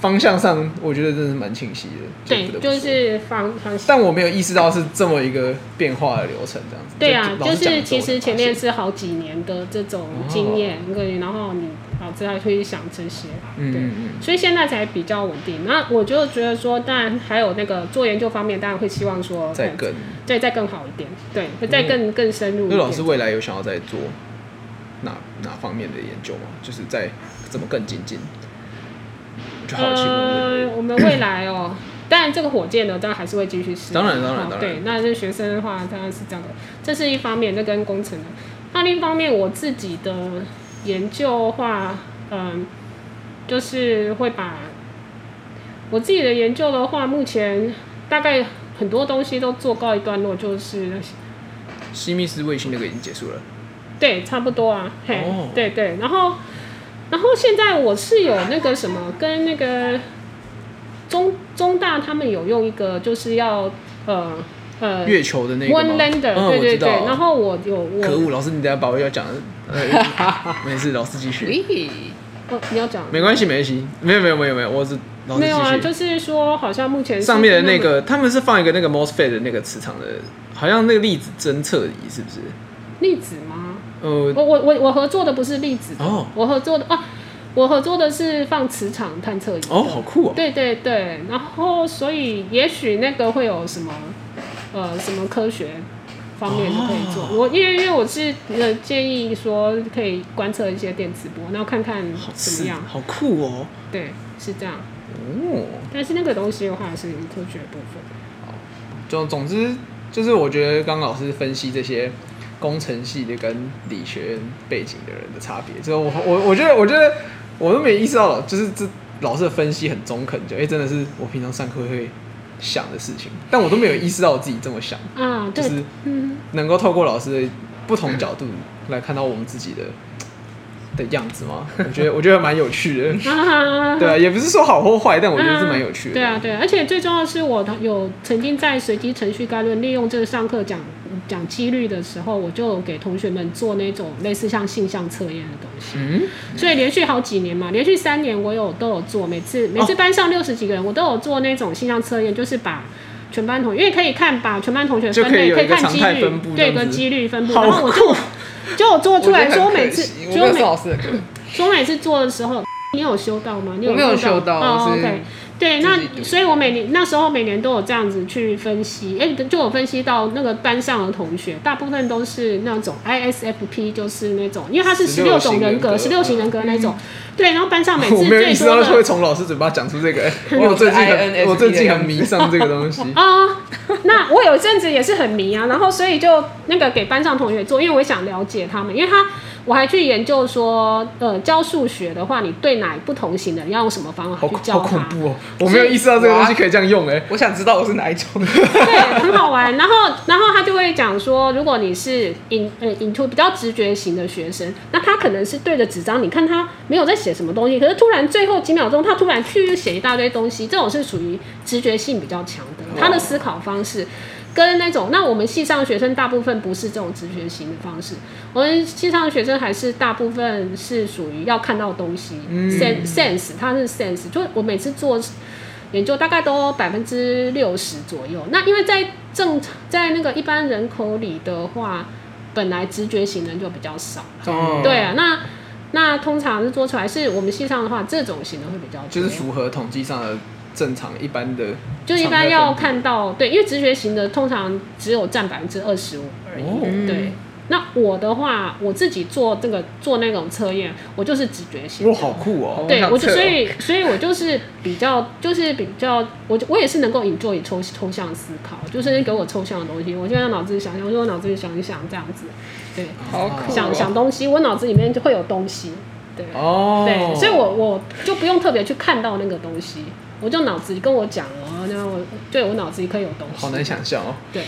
Speaker 5: 方向上，我觉得真的是蛮清晰的，不
Speaker 1: 对
Speaker 5: 得，不
Speaker 1: 就
Speaker 5: 说。
Speaker 1: 是方方向。
Speaker 2: 但我没有意识到是这么一个变化的流程，这样子。
Speaker 1: 对啊，
Speaker 2: 老
Speaker 1: 就
Speaker 2: 师讲
Speaker 1: 是
Speaker 2: 的时候
Speaker 1: 其
Speaker 2: 我
Speaker 1: 实
Speaker 2: 才
Speaker 1: 前面
Speaker 2: 发现
Speaker 1: 是好几年的这种
Speaker 5: 哦
Speaker 1: 经验，对，然后你脑子还会去想这些，
Speaker 5: 嗯
Speaker 1: 对
Speaker 5: 嗯，嗯，
Speaker 1: 所以现在才比较稳定。那我就觉得说，当然还有那个做研究方面，当然会希望说
Speaker 2: 在
Speaker 1: 嗯
Speaker 2: 跟，
Speaker 1: 对再更好一点，对，会再更更深入一
Speaker 5: 那
Speaker 1: 点。
Speaker 5: 老师未来有想要再做哪哪方面的研究吗？就是在怎么更精进？我就好奇问问
Speaker 1: 呃，我们未来 哦，当然这个火箭呢，当然还是会继续试。
Speaker 5: 当然当然
Speaker 1: 哦
Speaker 5: 当然
Speaker 1: 对，那这学生的话，当然是这样的，这是一方面，这跟工程的。那另一方面，我自己的研究的话，嗯，就是会把我自己的研究的话，目前大概很多东西都做告一段落，就是那些
Speaker 5: 西密斯卫星那个已经结束了，
Speaker 1: 对，差不多啊，嘿，
Speaker 5: 哦
Speaker 1: 对对，然后，然后现在我是有那个什么，跟那个中中大他们有用一个，就是要呃呃
Speaker 5: 月球的那个吗
Speaker 1: One Lander，、
Speaker 5: 嗯，
Speaker 1: 对
Speaker 5: 我知
Speaker 1: 对对，
Speaker 5: 道。
Speaker 1: 然后我有
Speaker 5: 可
Speaker 1: 我
Speaker 5: 恶，老师，你等一下把我要讲 的，呃，没事，老师继续。
Speaker 3: 咦，
Speaker 1: 哦，你要讲
Speaker 5: 没关系，没关系，没有没有没有没有，我只老师
Speaker 1: 没有啊？
Speaker 5: 继续。
Speaker 1: 就是说，好像目前是
Speaker 5: 上面的
Speaker 1: 跟他
Speaker 5: 那
Speaker 1: 们
Speaker 5: 个，他们是放一个那个 MOSFET 的那个磁场的，好像那个粒子侦测仪是不是？
Speaker 1: 粒子吗？
Speaker 5: 呃，
Speaker 1: 我我我我合作的不是粒子的，
Speaker 5: 哦
Speaker 1: 我合作的啊，我合作的是放磁场探测仪的。
Speaker 5: 哦，好酷哦！
Speaker 1: 对对对，然后所以也许那个会有什么呃什么科学方面的可以
Speaker 2: 啊
Speaker 1: 做。我因为因为我是呃建议说可以观测一些电磁波，然后看看
Speaker 5: 好
Speaker 1: 怎
Speaker 5: 刺
Speaker 1: 么样。
Speaker 5: 好酷哦！
Speaker 1: 对，是这样。
Speaker 5: 哦，
Speaker 1: 但是那个东西的话是科学的部分。
Speaker 2: 总总之就是我觉得刚刚老师分析这些工程系的跟理学院背景的人的差别，就是我我我觉得我觉得我都没意识到老，就是这老师的分析很中肯，就哎、真的是我平常上课会想的事情，但我都没有意识到我自己这么想，
Speaker 1: 啊，
Speaker 2: 就
Speaker 1: 对，
Speaker 2: 是
Speaker 1: 嗯，
Speaker 2: 能够透过老师的不同角度来看到我们自己的的样子吗？我觉得我觉得蛮有趣的。
Speaker 1: 啊，
Speaker 2: 对啊，也不是说好或坏，但我觉得是蛮有趣的。
Speaker 1: 对啊，对啊，而且最重要的是，我有曾经在随机程序概论利用这个上课讲讲几率的时候，我就给同学们做那种类似像性向测验的东西。
Speaker 5: 嗯，
Speaker 1: 所以连续好几年嘛，连续三年我有都有做，每次每次班上六十几个人，我都有做那种性向测验，就是把。全班同学，因为可以看把全班同学
Speaker 5: 就
Speaker 1: 分
Speaker 5: 可以
Speaker 1: 类，
Speaker 5: 有
Speaker 1: 可以
Speaker 5: 一个
Speaker 1: 看
Speaker 5: 常
Speaker 1: 几
Speaker 5: 态
Speaker 1: 率
Speaker 5: 分布，这
Speaker 1: 对，
Speaker 5: 样
Speaker 1: 跟
Speaker 5: 子
Speaker 1: 几率分布。然后我就就有做出来，
Speaker 3: 我觉得
Speaker 1: 说
Speaker 3: 很可
Speaker 1: 每次
Speaker 3: 惜，我
Speaker 1: 所以
Speaker 3: 没
Speaker 1: 我
Speaker 3: 有
Speaker 1: 每
Speaker 3: 上老师的课，
Speaker 1: 说每次做的时候，你有修到吗？你
Speaker 3: 我没有
Speaker 1: 修
Speaker 3: 修到
Speaker 1: 哦
Speaker 3: 我是
Speaker 1: ，OK。对，
Speaker 3: 就是
Speaker 1: 那
Speaker 3: 一堆
Speaker 1: 所以我每年那时候每年都有这样子去分析，哎、就有分析到那个班上的同学，大部分都是那种 ISFP，就是那种，因为他是十六
Speaker 2: 16
Speaker 1: 种
Speaker 2: 型
Speaker 1: 人格，十
Speaker 2: 人格嗯
Speaker 1: 六型人格那种，对，然后班上每
Speaker 2: 我
Speaker 1: 次
Speaker 2: 没有
Speaker 1: 最
Speaker 2: 意识到
Speaker 1: 多
Speaker 2: 会
Speaker 1: 的。。
Speaker 2: 从老师嘴巴讲出这个、欸，因为我
Speaker 3: 我是
Speaker 2: 最近很
Speaker 3: INFP
Speaker 2: 我最近
Speaker 3: 的
Speaker 2: 很
Speaker 3: 样
Speaker 2: 迷上这个东西
Speaker 1: 哦， 那我有一阵子也是很迷啊，然后所以就那个给班上同学做，因为我想了解他们，因为他我还去研究说，呃，教数学的话，你对哪不同型的人要用什么方法
Speaker 2: 好
Speaker 1: 去
Speaker 2: 恐
Speaker 1: 教
Speaker 2: 好
Speaker 1: 他？
Speaker 2: 恐怖哦！我没有意识到这个东西可以这样用 哎、欸
Speaker 3: 我想知道我是哪一 种。
Speaker 1: 对，很好玩。然后，然后他就会讲说，如果你是 in 呃 into 比较直觉型的学生，那他可能是对着纸张，你看他没有在写什么东西，可是突然最后几秒钟，他突然去写一大堆东西，这种是属于直觉性比较强的，他的思考方式。跟那种，那我们系上学生大部分不是这种直觉型的方式，我们系上学生还是大部分是属于要看到东西、s e n s e sense，他是 sense，就我每次做研究大概都百分之六十左右。那因为在正在那个一般人口里的话，本来直觉型人就比较少，
Speaker 3: 嗯
Speaker 2: 哦
Speaker 1: 对，啊，那那通常是做出来是我们系上的话，这种型的会比较多，
Speaker 2: 就是符合统计上的正常一般的，
Speaker 1: 就一般要看到对，因为直觉型的通常只有占百分之二十五而已，
Speaker 2: 哦
Speaker 1: 对。那我的话，我自己做这个做那种测验，我就是直觉型的。
Speaker 2: 哇，好酷哦！
Speaker 1: 对，
Speaker 3: 想
Speaker 1: 我就
Speaker 3: 测
Speaker 1: 所以所以我就是比较就是比较我我也是能够 enjoy 抽抽象思考，就是给我抽象的东西，我就在脑子里想一想，我就脑子里想一想这样子，对，
Speaker 3: 好酷、哦，
Speaker 1: 想想东西，我脑子里面就会有东西，对，
Speaker 2: 哦，
Speaker 1: 对，所以我我就不用特别去看到那个东西，我就脑子里跟我讲哦，那我对我脑子里可以有东西，
Speaker 2: 好难想象哦。
Speaker 1: 对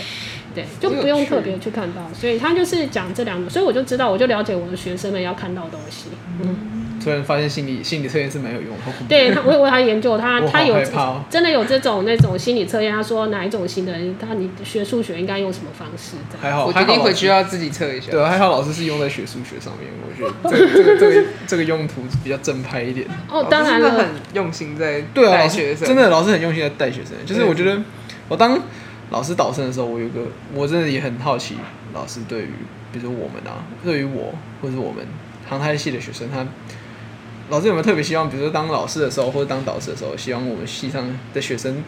Speaker 1: 对，就不用特别去看到，所以他就是讲这两种，所以我就知道，我就了解我的学生们要看到的东西，嗯。
Speaker 2: 突然发现心理心理测验是蛮有用的，好恐怖
Speaker 1: 对他，我我还研究他
Speaker 2: 我，好
Speaker 1: 他有
Speaker 2: 害怕哦
Speaker 1: 真的有这种那种心理测验，他说哪一种型的人，他你学数学应该用什么方式这样。
Speaker 2: 还好
Speaker 3: 我
Speaker 2: 还
Speaker 3: 决
Speaker 2: 好
Speaker 3: 定
Speaker 2: 老
Speaker 3: 回去
Speaker 2: 师。
Speaker 3: 要自己测一下。
Speaker 1: 啊
Speaker 2: 对，还好老师是用在学数学上面，我觉得这个、这个这个这个用途比较正派一点。
Speaker 1: 哦，当然
Speaker 3: 我真的
Speaker 1: 了，
Speaker 3: 很用心在
Speaker 2: 对啊，
Speaker 3: 带
Speaker 2: 老
Speaker 3: 学
Speaker 2: 师
Speaker 3: 生，
Speaker 2: 真的老师很用心在带学生，就是我觉
Speaker 1: 嗯
Speaker 2: 得我当老师导生的时候，我有一个我真的也很好奇，老师对于比如说我们啊，对于我或者是我们航太系的学生，他老师有没有特别希望，比如说当老师的时候或者当导师的时候，希望我们系上的学生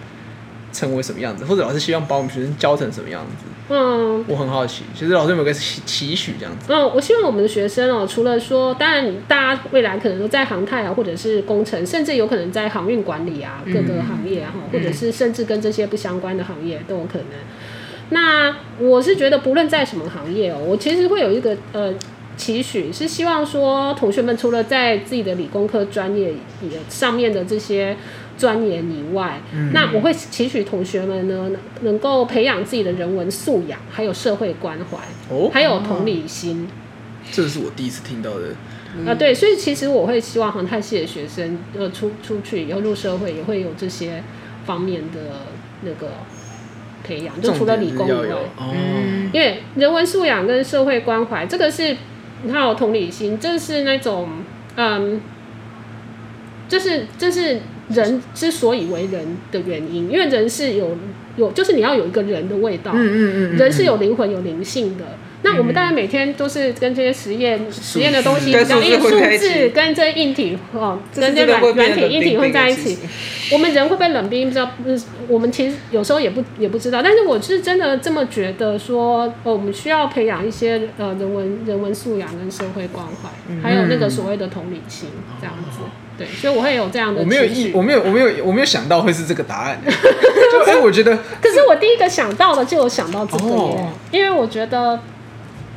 Speaker 2: 成为什么样子，或者老师希望把我们学生教成什么样子，
Speaker 1: 嗯。
Speaker 2: 我很好奇。其实老师有没有个期期许这样子？
Speaker 1: 嗯，我希望我们的学生哦，除了说，当然大家未来可能都在航太啊，或者是工程，甚至有可能在航运管理啊，各个行业啊，哈或者是甚至跟这些不相关的行业都有可能。那我是觉得，不论在什么行业哦，我其实会有一个呃期许，是希望说同学们除了在自己的理工科专业以上面的这些钻研以外，那我会期许同学们呢能能够培养自己的人文素养，还有社会关怀，
Speaker 2: 哦
Speaker 1: 还有同理心。
Speaker 2: 这是我第一次听到的。
Speaker 1: 啊、对，所以其实我会希望航太系的学生，呃，出出去以后入社会也会有这些方面的那个培养，就除了理工以
Speaker 2: 重点
Speaker 1: 外
Speaker 2: 是要，有哦，
Speaker 3: 嗯，
Speaker 1: 因为人文素养跟社会关怀，这个是还有同理心，这是那种嗯，这是这是人之所以为人的原因，因为人是有有，就是你要有一个人的味道，
Speaker 2: 嗯嗯嗯，
Speaker 1: 人是有灵魂、有灵性的。那我们当然每天都是跟这些实验、实验的东西，
Speaker 3: 嗯跟
Speaker 1: 然后
Speaker 3: 数字
Speaker 1: 硬数
Speaker 3: 混在一起
Speaker 1: 字跟这硬体哦，
Speaker 3: 这
Speaker 1: 跟
Speaker 3: 是
Speaker 1: 这
Speaker 3: 真的
Speaker 1: 软
Speaker 3: 会变
Speaker 1: 软体、
Speaker 3: 得冷
Speaker 1: 硬体
Speaker 3: 冰
Speaker 1: 混
Speaker 3: 冰
Speaker 1: 在
Speaker 3: 的
Speaker 1: 一
Speaker 3: 其
Speaker 1: 起
Speaker 3: 实。
Speaker 1: 我们人会不会冷冰？不知道，嗯，我们其实有时候也不也不知道。但是我是真的这么觉得说，呃，我们需要培养一些呃人文人文素养跟社会关
Speaker 3: 嗯
Speaker 1: 怀，还有那个所谓的同理心这样子。对，所以我会有这样的
Speaker 2: 我没有
Speaker 1: 期许
Speaker 2: 意，我没有，我没有，我没有想到会是这个答 案。就哎、我觉得
Speaker 1: 可是我第一个想到的就有想到这个耶，
Speaker 2: 哦
Speaker 1: 因为我觉得，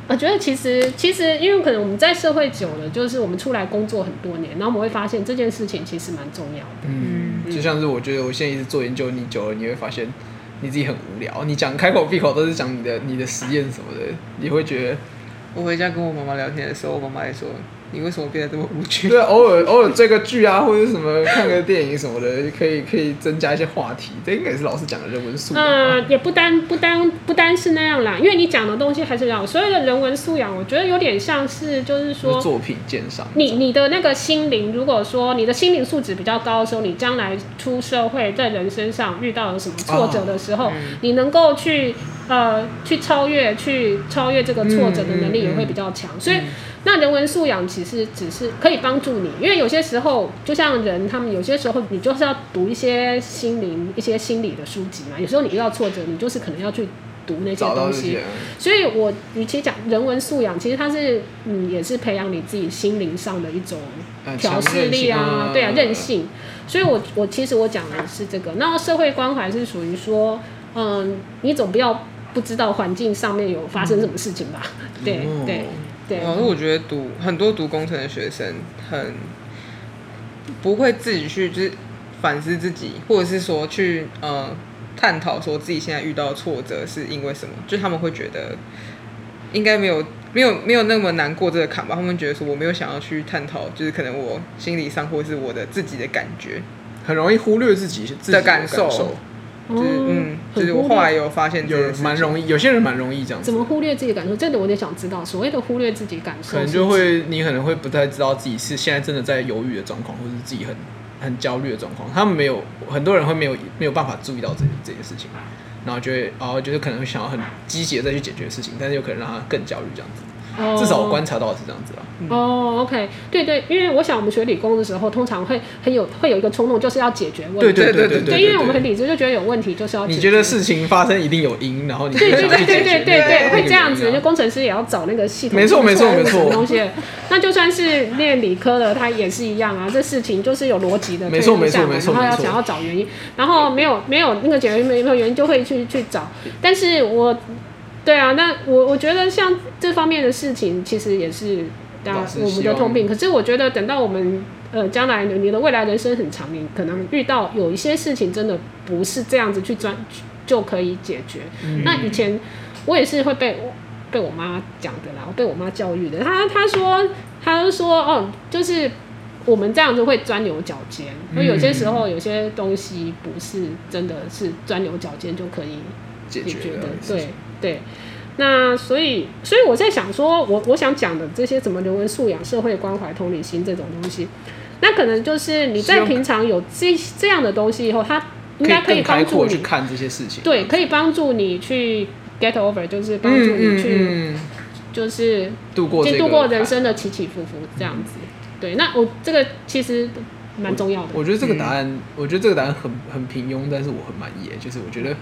Speaker 1: 我觉得其实其实因为可能我们在社会久了，就是我们出来工作很多年，然后我们会发现这件事情其实蛮重要的。
Speaker 2: 嗯
Speaker 1: 嗯
Speaker 2: 就像是我觉得我现在一直做研究，你久了你会发现你自己很无聊，你讲开口闭口都是讲你的你的实验什么的，你会觉得
Speaker 3: 我回家跟我妈妈聊天的时候，我妈妈也说：“你为什么变得这么无趣
Speaker 2: 对，啊偶尔偶尔追个剧啊，或者是什么看个电影什么的，可以可以增加一些话题。这应该也是老师讲的人文素养吧、
Speaker 1: 嗯，也不单不单不单是那样啦，因为你讲的东西还是要所谓的人文素养，我觉得有点像是就是
Speaker 2: 就
Speaker 1: 说
Speaker 2: 是作品鉴赏。
Speaker 1: 你你的那个心灵，如果说你的心灵素质比较高的时候，你将来出社会，在人身上遇到有什么挫折的时候，
Speaker 2: 哦
Speaker 3: 嗯
Speaker 1: 你能够
Speaker 6: 嗯
Speaker 1: 去呃去超越去超越这个挫折的能力也会比较强。所以那人文素养其实只是可以帮助你，因为有些时候，就像人，他们有些时候你就是要读一些心灵、一些心理的书籍嘛。有时候你遇到挫折，你就是可能要去读那些
Speaker 6: 找到
Speaker 1: 东
Speaker 6: 这
Speaker 1: 西。
Speaker 6: 些，
Speaker 1: 所以我与其讲人文素养，其实它是嗯，也是培养你自己心灵上的一种
Speaker 6: 呃
Speaker 2: 嗯
Speaker 1: 调试力啊，对啊，韧。性。所以我我其实我讲的是这个，那社会关怀是属于说，嗯，你总不要不知道环境上面有发生什么事情吧？ 对对对，
Speaker 3: 老师，我觉得读很多读工程的学生很不会自己去就是反思自己，或者是说去呃探讨说自己现在遇到的挫折是因为什么，就他们会觉得应该没有没有没有那么难过这个坎吧，他们觉得说我没有想要去探讨，就是可能我心理上或是我的自己的感觉，
Speaker 2: 很容易忽略自己自己
Speaker 3: 的感
Speaker 2: 感
Speaker 3: 受就是嗯，就是我
Speaker 1: 哦很忽
Speaker 3: 后来
Speaker 1: 略
Speaker 3: 有发现这
Speaker 2: 有
Speaker 3: 件
Speaker 2: 人
Speaker 3: 事情，
Speaker 2: 蛮容易，有些人蛮容易这样
Speaker 1: 怎
Speaker 2: 子，
Speaker 1: 么忽略自己的感受？这个我也想知道，所谓的忽略自己感受，
Speaker 2: 可能就会你可能会不太知道自己是现在真的在犹豫的状况，或是自己很很焦虑的状况。他们没有很多人会没有没有办法注意到这这件事情，然后就会哦，就是可能会想要很积极的再去解决事情，但是有可能让他更焦虑这样子。至少我观察到的是这样子啦。
Speaker 1: 哦，OK，对对，因为我想我们学理工的时候，通常会很有会有一个冲动，就是要解决问题。
Speaker 2: 对对
Speaker 3: 对
Speaker 2: 对
Speaker 3: 对
Speaker 2: 对
Speaker 1: 对，因为我们很理智，就觉得有问题就是要解决。
Speaker 2: 你觉得事情发生一定有因，然后你
Speaker 1: 对
Speaker 2: 就
Speaker 1: 对
Speaker 2: 想
Speaker 1: 对
Speaker 2: 去
Speaker 1: 对
Speaker 2: 解
Speaker 1: 对
Speaker 2: 决
Speaker 1: 对对，会这样子。就
Speaker 2: 就
Speaker 1: 工程师也要找那个系统，
Speaker 2: 啊没错没错没错
Speaker 1: 东西。那就算是练理科的，他也是一样啊。这事情就是有逻辑的推
Speaker 2: 没错
Speaker 1: 论下来，
Speaker 2: 没错没错
Speaker 1: 然后要
Speaker 2: 没错
Speaker 1: 想要找原因，然后没有没有那个解决没有原因，就会去去找。但是我，对啊，那我我觉得像这方面的事情，其实也是大家
Speaker 2: 老师
Speaker 1: 我们
Speaker 2: 希
Speaker 1: 的
Speaker 2: 望
Speaker 1: 通病。可是我觉得等到我们。呃，将来你的未来人生很长，你可能遇到有一些事情真的不是这样子去专就可以解决。那以前我也是会被我被我妈讲的啦，我被我妈教育的。她她说她就说哦，就是我们这样子会钻牛角尖，所以有些时候有些东西不是真的是钻牛角尖就可以
Speaker 6: 解
Speaker 1: 解决
Speaker 6: 决
Speaker 1: 的
Speaker 6: 的，
Speaker 1: 对对。那所以，所以我在想说，我我想讲的这些怎么人文素养、社会关怀、同理心这种东西，那可能就是你在平常有这这样的东西以后，它应该可以
Speaker 2: 更
Speaker 1: 帮
Speaker 2: 开
Speaker 1: 助
Speaker 2: 阔去
Speaker 1: 你，
Speaker 2: 看这些事情。
Speaker 1: 对，可以帮助你去 get over，就是帮助你去，
Speaker 2: 嗯嗯嗯，
Speaker 1: 就是
Speaker 2: 度过这
Speaker 1: 就
Speaker 2: 个
Speaker 1: 度过人
Speaker 2: 坎
Speaker 1: 生的起起伏伏这样子。对，那我这个其实蛮重要的。
Speaker 2: 我觉得这个答案，我觉得这个答案很很平庸，但是我很满意耶。就是我觉得，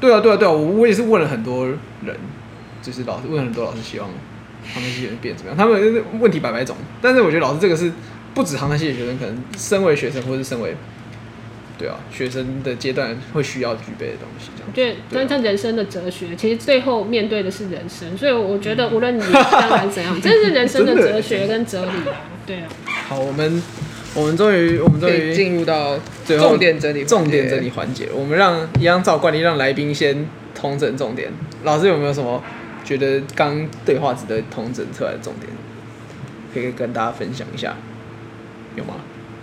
Speaker 2: 对啊，对啊，对啊，我我也是问了很多人，就是老师问了很多老师，希望航天系学生变怎么样，他们问题百百种，但是我觉得老师这个是不止航天系的学生，可能身为学生或是身为对啊学生的阶段会需要具备的东西，这
Speaker 1: 我
Speaker 2: 样。
Speaker 1: 觉得，
Speaker 2: 对啊
Speaker 1: 但但人生的哲学，其实最后面对的是人生，所以我觉得无 论你将来怎样，这是人生的
Speaker 2: 真的
Speaker 1: 哲学跟哲理啊。对啊，
Speaker 2: 好，我们我们终于我们终
Speaker 3: 可以
Speaker 2: 于
Speaker 3: 进入到
Speaker 2: 最后
Speaker 3: 重点整理，
Speaker 2: 重点整理，环节，我们让一样照惯例让来宾先统整重点。老师有没有什么觉得刚对话值得统整出来的重点，可以跟大家分享一下？有吗？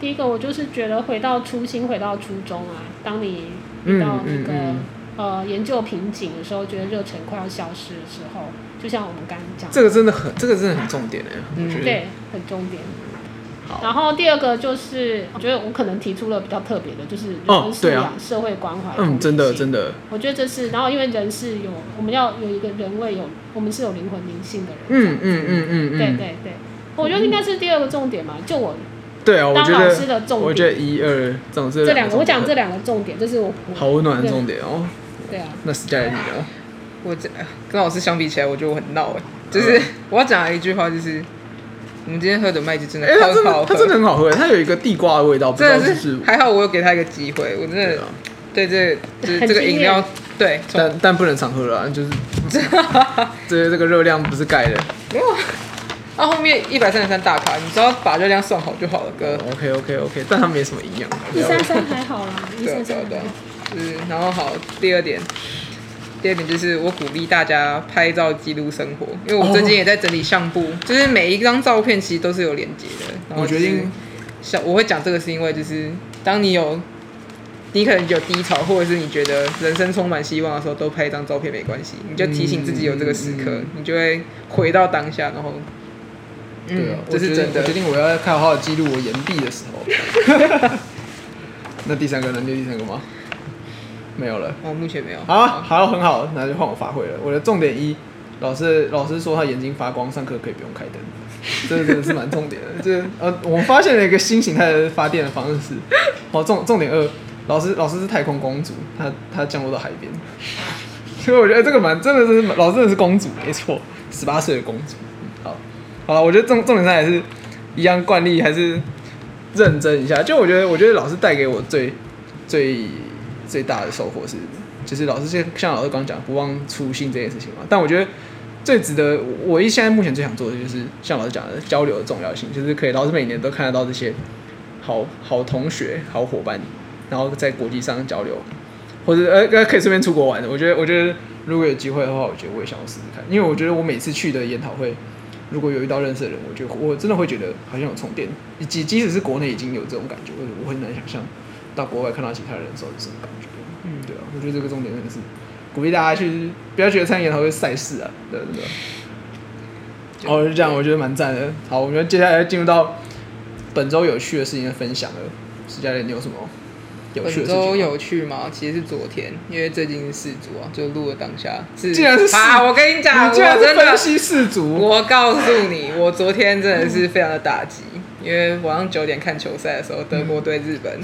Speaker 1: 第一个我就是觉得回到初心，回到初衷啊。当你遇到那
Speaker 2: 嗯嗯
Speaker 1: 个、
Speaker 2: 嗯
Speaker 1: 呃研究瓶颈的时候，觉得热忱快要消失的时候，就像我们刚刚讲的，
Speaker 2: 这个真的很，这个真的很重点哎、我 觉得
Speaker 1: 嗯对，很重点。然后第二个就是，我觉得我可能提出了比较特别的，就是人
Speaker 2: 哦
Speaker 1: 文素
Speaker 2: 对
Speaker 1: 养、
Speaker 2: 啊
Speaker 1: 社会关怀。
Speaker 2: 嗯，真的真
Speaker 1: 的，
Speaker 2: 的，
Speaker 1: 我觉得这是。然后因为人是有，我们要有一个人味，有我们是有灵魂灵性的人。
Speaker 2: 嗯嗯嗯嗯
Speaker 1: 对
Speaker 2: 嗯，
Speaker 1: 对对，我觉得应该是第二个重点嘛。就我
Speaker 2: 对啊，我
Speaker 1: 当
Speaker 2: 觉
Speaker 1: 老师
Speaker 2: 得，
Speaker 1: 的重
Speaker 2: 我觉
Speaker 1: 点，
Speaker 2: 得一二，总之
Speaker 1: 这两个我讲这
Speaker 2: 这
Speaker 1: 两个重点，这是我
Speaker 2: 啊好温暖的重点哦。
Speaker 1: 对啊，
Speaker 2: 那是在你的，哦
Speaker 3: 我这跟老师相比起来，我觉得我很闹哎、
Speaker 2: 嗯
Speaker 3: 就是我要讲的一句话就是，我们今天喝的麦汁真的
Speaker 2: 哎，它真
Speaker 3: 很好
Speaker 2: 的
Speaker 3: 喝，
Speaker 2: 它真的很好喝，欸它有一个地瓜的味道，不知道
Speaker 3: 真
Speaker 2: 是
Speaker 3: 的
Speaker 2: 不是
Speaker 3: 是还好我有给他一个机会，我真
Speaker 2: 对
Speaker 3: 的
Speaker 2: 啊，
Speaker 3: 对这个就是
Speaker 1: 很
Speaker 3: 这个
Speaker 1: 敬
Speaker 3: 饮
Speaker 1: 业
Speaker 3: 料对从
Speaker 2: 但但不能常喝了、啊，就是这这个热量不是盖的。
Speaker 3: 没有啊啊后面一百三十三大卡，你只要把热量算好就好了，哥。
Speaker 2: OK OK OK，但它没什么营养。
Speaker 1: 一三三还好啦，一
Speaker 3: 对
Speaker 1: 三
Speaker 3: 啊对
Speaker 1: 三
Speaker 3: 啊对
Speaker 1: 还
Speaker 3: 啊
Speaker 1: 好。，
Speaker 3: 就是然后好，第二点，第二点就是我鼓励大家拍照记录生活，因为我最近
Speaker 2: 哦
Speaker 3: 也在整理相簿，就是每一张照片其实都是有连接的。然后
Speaker 2: 我决
Speaker 3: 就是
Speaker 2: 定
Speaker 3: 像我会讲这个是因为就是当你有。你可能有低潮，或者是你觉得人生充满希望的时候，都拍一张照片没关系，你就提醒自己有这个时刻，
Speaker 2: 嗯
Speaker 3: 你就会回到当下，然后，嗯，
Speaker 2: 对啊，
Speaker 3: 这是真的
Speaker 2: 我决。定我要看好好记录我岩壁的时候。 那第三个呢？你有第三个吗？没有了。
Speaker 3: 哦，目前没有。
Speaker 2: 啊，好，很好，那就换我发挥了。我的重点一，老师老师说他眼睛发光，上课可以不用开灯。这真的是蛮重点的。这呃，我们发现了一个新形态的发电的方式。好，重重点二，老师老师是太空公主，她她降落到海边，所以我觉得这个蛮真的是老师真的是公主，没错，十八岁的公主。嗯好，好了，我觉得重重点上还是一样惯例，还是认真一下。就我觉得，我觉得老师带给我最最最大的收获是，就是老师像像老师刚讲，不忘初心这件事情嘛。但我觉得最值得我一现在目前最想做的就是像老师讲的交流的重要性，就是可以老师每年都看得到这些好好同学、好伙伴，然后在国际上交流，或者呃呃可以顺便出国玩。我觉得我觉得如果有机会的话，我觉得我也想要试试看，因为我觉得我每次去的研讨会。如果有遇到认识的人，我觉得我真的会觉得好像有充电，以及即使是国内已经有这种感觉，我我很难想象到国外看到其他人的时候是什么感觉。嗯，对啊，我觉得这个重点真的是鼓励大家去，不要觉得参加研讨会是赛事啊，对对对。哦，就这样，我觉得蛮赞的。好，我们接下来进入到本周有趣的事情的分享了。石佳莲，你有什么有趣
Speaker 3: 本
Speaker 2: 的事情
Speaker 3: 周
Speaker 2: 吗？
Speaker 3: 有趣吗？其实是昨天，因为最近是四组啊，就录了当下是。
Speaker 2: 竟然是四
Speaker 3: 啊！我跟你讲，
Speaker 2: 你
Speaker 3: 我
Speaker 2: 竟然是
Speaker 3: 真的
Speaker 2: 分析氏族，
Speaker 3: 我告诉你，我昨天真的是非常的打击，因为晚上九点看球赛的时候，德国对日
Speaker 2: 嗯
Speaker 3: 本，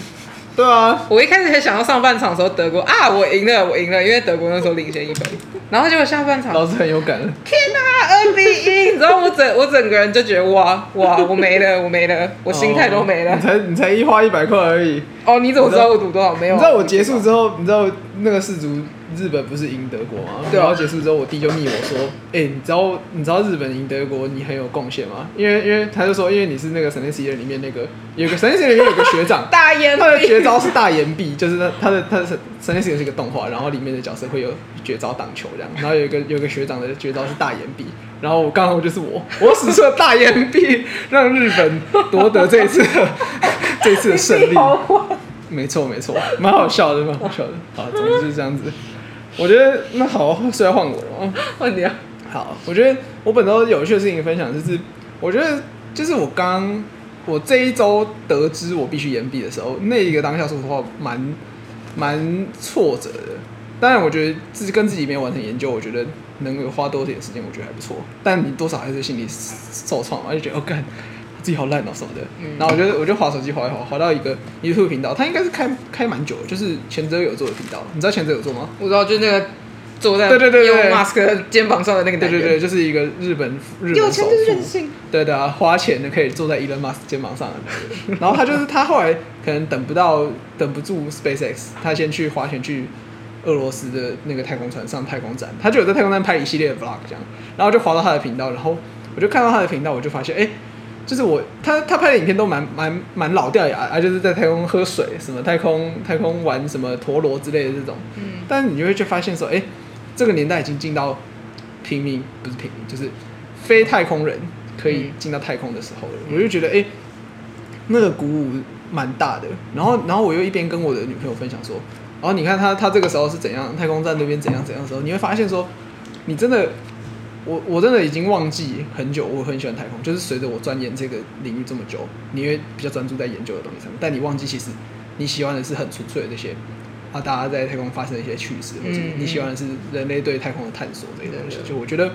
Speaker 2: 对啊，
Speaker 3: 我一开始还想到上半场的时候德国啊，我赢了，我赢了，因为德国那时候领先一分，然后结果下半场，
Speaker 2: 老师很有感。
Speaker 3: 天哪、二比一，你知道我整我整个人就觉得哇哇，我没了，我没了，我心态都没了
Speaker 2: 哦你。才你才一花一百块而已。
Speaker 3: 哦，你怎么知道我赌多少？没有啊，
Speaker 2: 你知道我结束之后，你知道那个世足日本不是赢德国吗？
Speaker 3: 对啊，
Speaker 2: 然后结束之后，我弟就密我说：“哎、你知道你知道日本赢德国，你很有贡献吗？因为因为他就说，因为你是那个《神剑奇缘》里面那个有个《神剑奇缘》里面有个学长
Speaker 3: 大 眼
Speaker 2: 他的
Speaker 3: 闭
Speaker 2: 绝招是大岩壁，就是他他的他的《神剑奇缘》是一个动画，然后里面的角色会有绝招挡球这样，然后有一个有一个学长的绝招是大岩壁，然后我刚好就是我，我使出了大岩壁，让日本夺得这一次的这一次的胜利。 没错没错，蛮好笑的，蛮好笑的。好，总之就是这样子。我觉得那好，虽然换我了吗？
Speaker 3: 换你啊！
Speaker 2: 好，我觉得我本周有趣的事情分享就是，我觉得就是我刚我这一周得知我必须延毕的时候，那一个当下说实话蛮蛮挫折的。当然，我觉得自己跟自己没有完成研究，我觉得能够花多一点时间，我觉得还不错。但你多少还是心里受创嘛，就觉得哦干。自己好烂哦什么的，然后我就我就划手机划一划，划到一个 YouTube 频道，它应该是开开蛮久的，就是前者有做的频道。你知道前者有做吗？
Speaker 3: 我知道，就那个坐在
Speaker 2: 对对对对
Speaker 3: 用
Speaker 2: 对
Speaker 3: mask 肩膀上的那个
Speaker 2: 对
Speaker 3: 男
Speaker 2: 对
Speaker 3: 人，
Speaker 2: 对，就是一个日本日本
Speaker 3: 有
Speaker 2: 首
Speaker 3: 钱
Speaker 2: 富
Speaker 3: 就是任性。
Speaker 2: 对的、啊，花钱的可以坐在 Elon Musk 肩膀上的那个。然后他就是他后来可能等不到，等不住 SpaceX，他先去花钱去俄罗斯的那个太空船上太空站，他就有在太空站拍一系列的 vlog 这样，然后就滑到他的频道，然后我就看到他的频道，我就发现哎。诶就是我，他他拍的影片都蛮蛮蛮老掉牙，啊，就是在太空喝水，什么太空太空玩什么陀螺之类的这种，
Speaker 3: 嗯，
Speaker 2: 但你就会去发现说，哎、这个年代已经进到平民，不是平民，就是非太空人可以进到太空的时候了。我就觉得，哎、那个鼓舞蛮大的。然后，然后我又一边跟我的女朋友分享说，然后你看他他这个时候是怎样，太空站那边怎样怎样的时候，你会发现说，你真的。我我真的已经忘记很久，我很喜欢太空，就是随着我钻研这个领域这么久，你会比较专注在研究的东西上面，但你忘记其实你喜欢的是很纯粹的这些啊，大家在太空发生的一些趣事，或者
Speaker 3: 嗯
Speaker 2: 你喜欢的是人类对太空的探索这些东西
Speaker 3: 对。对
Speaker 2: 就我觉得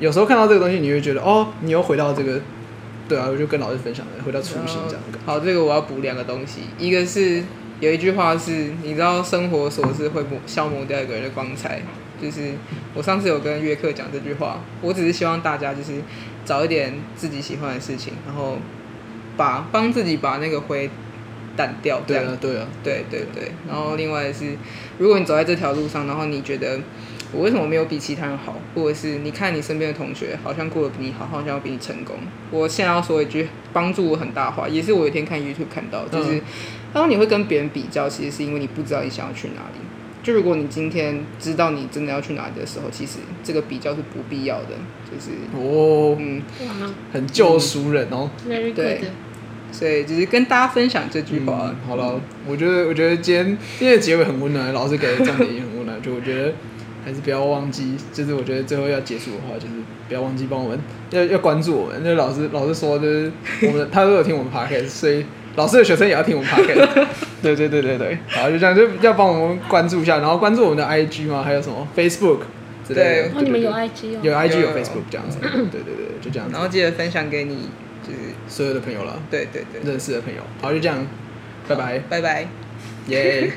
Speaker 2: 有时候看到这个东西，你会觉得哦，你又回到这个，对啊，我就跟老师分享的，回到初心这样。
Speaker 3: 好，这个我要补两个东西，一个是有一句话是，你知道生活琐事会磨消磨掉一个人的光彩，就是我上次有跟约克讲这句话，我只是希望大家就是找一点自己喜欢的事情，然后把帮自己把那个灰掸掉，这
Speaker 2: 对
Speaker 3: 样
Speaker 2: 啊，对啊，
Speaker 3: 对对对，然后另外是，如果你走在这条路上，然后你觉得我为什么没有比其他人好，或者是你看你身边的同学好像过得比你好，好像比你成功，我现在要说一句帮助我很大的话，也是我有一天看 YouTube 看到，
Speaker 2: 嗯
Speaker 3: 就是当你会跟别人比较，其实是因为你不知道你想要去哪里。就如果你今天知道你真的要去哪里的时候，其实这个比较是不必要的，就是
Speaker 2: 哦，
Speaker 3: 嗯，
Speaker 1: 哇
Speaker 2: 很救赎人哦。
Speaker 1: ，very
Speaker 3: 对
Speaker 1: good。
Speaker 3: 所以就是跟大家分享这句话。
Speaker 2: 嗯好了，我觉得我觉得今天今天的结尾很温暖，老师给的重点也很温暖， 就我觉得。还是不要忘记，就是我觉得最后要结束的话，就是不要忘记帮我们要要关注我们。那老师老师说，就是我们的他都有听我们 podcast，所以老师的学生也要听我们 podcast。对对对对对，好，就这样，就要帮我们关注一下，然后关注我们的 IG 嘛，还有什么 Facebook，之类的
Speaker 3: 对。
Speaker 1: 哦，你们有
Speaker 2: 对
Speaker 1: IG 哦？
Speaker 2: 对有
Speaker 3: 有
Speaker 2: IG 有 Facebook 这样子，对对对，就这样子
Speaker 3: 然。后记得分享给你，就是
Speaker 2: 所有的朋友了，
Speaker 3: 对对对，
Speaker 2: 认 识的朋友，好，就这样，拜拜，
Speaker 3: 拜拜。
Speaker 2: 耶。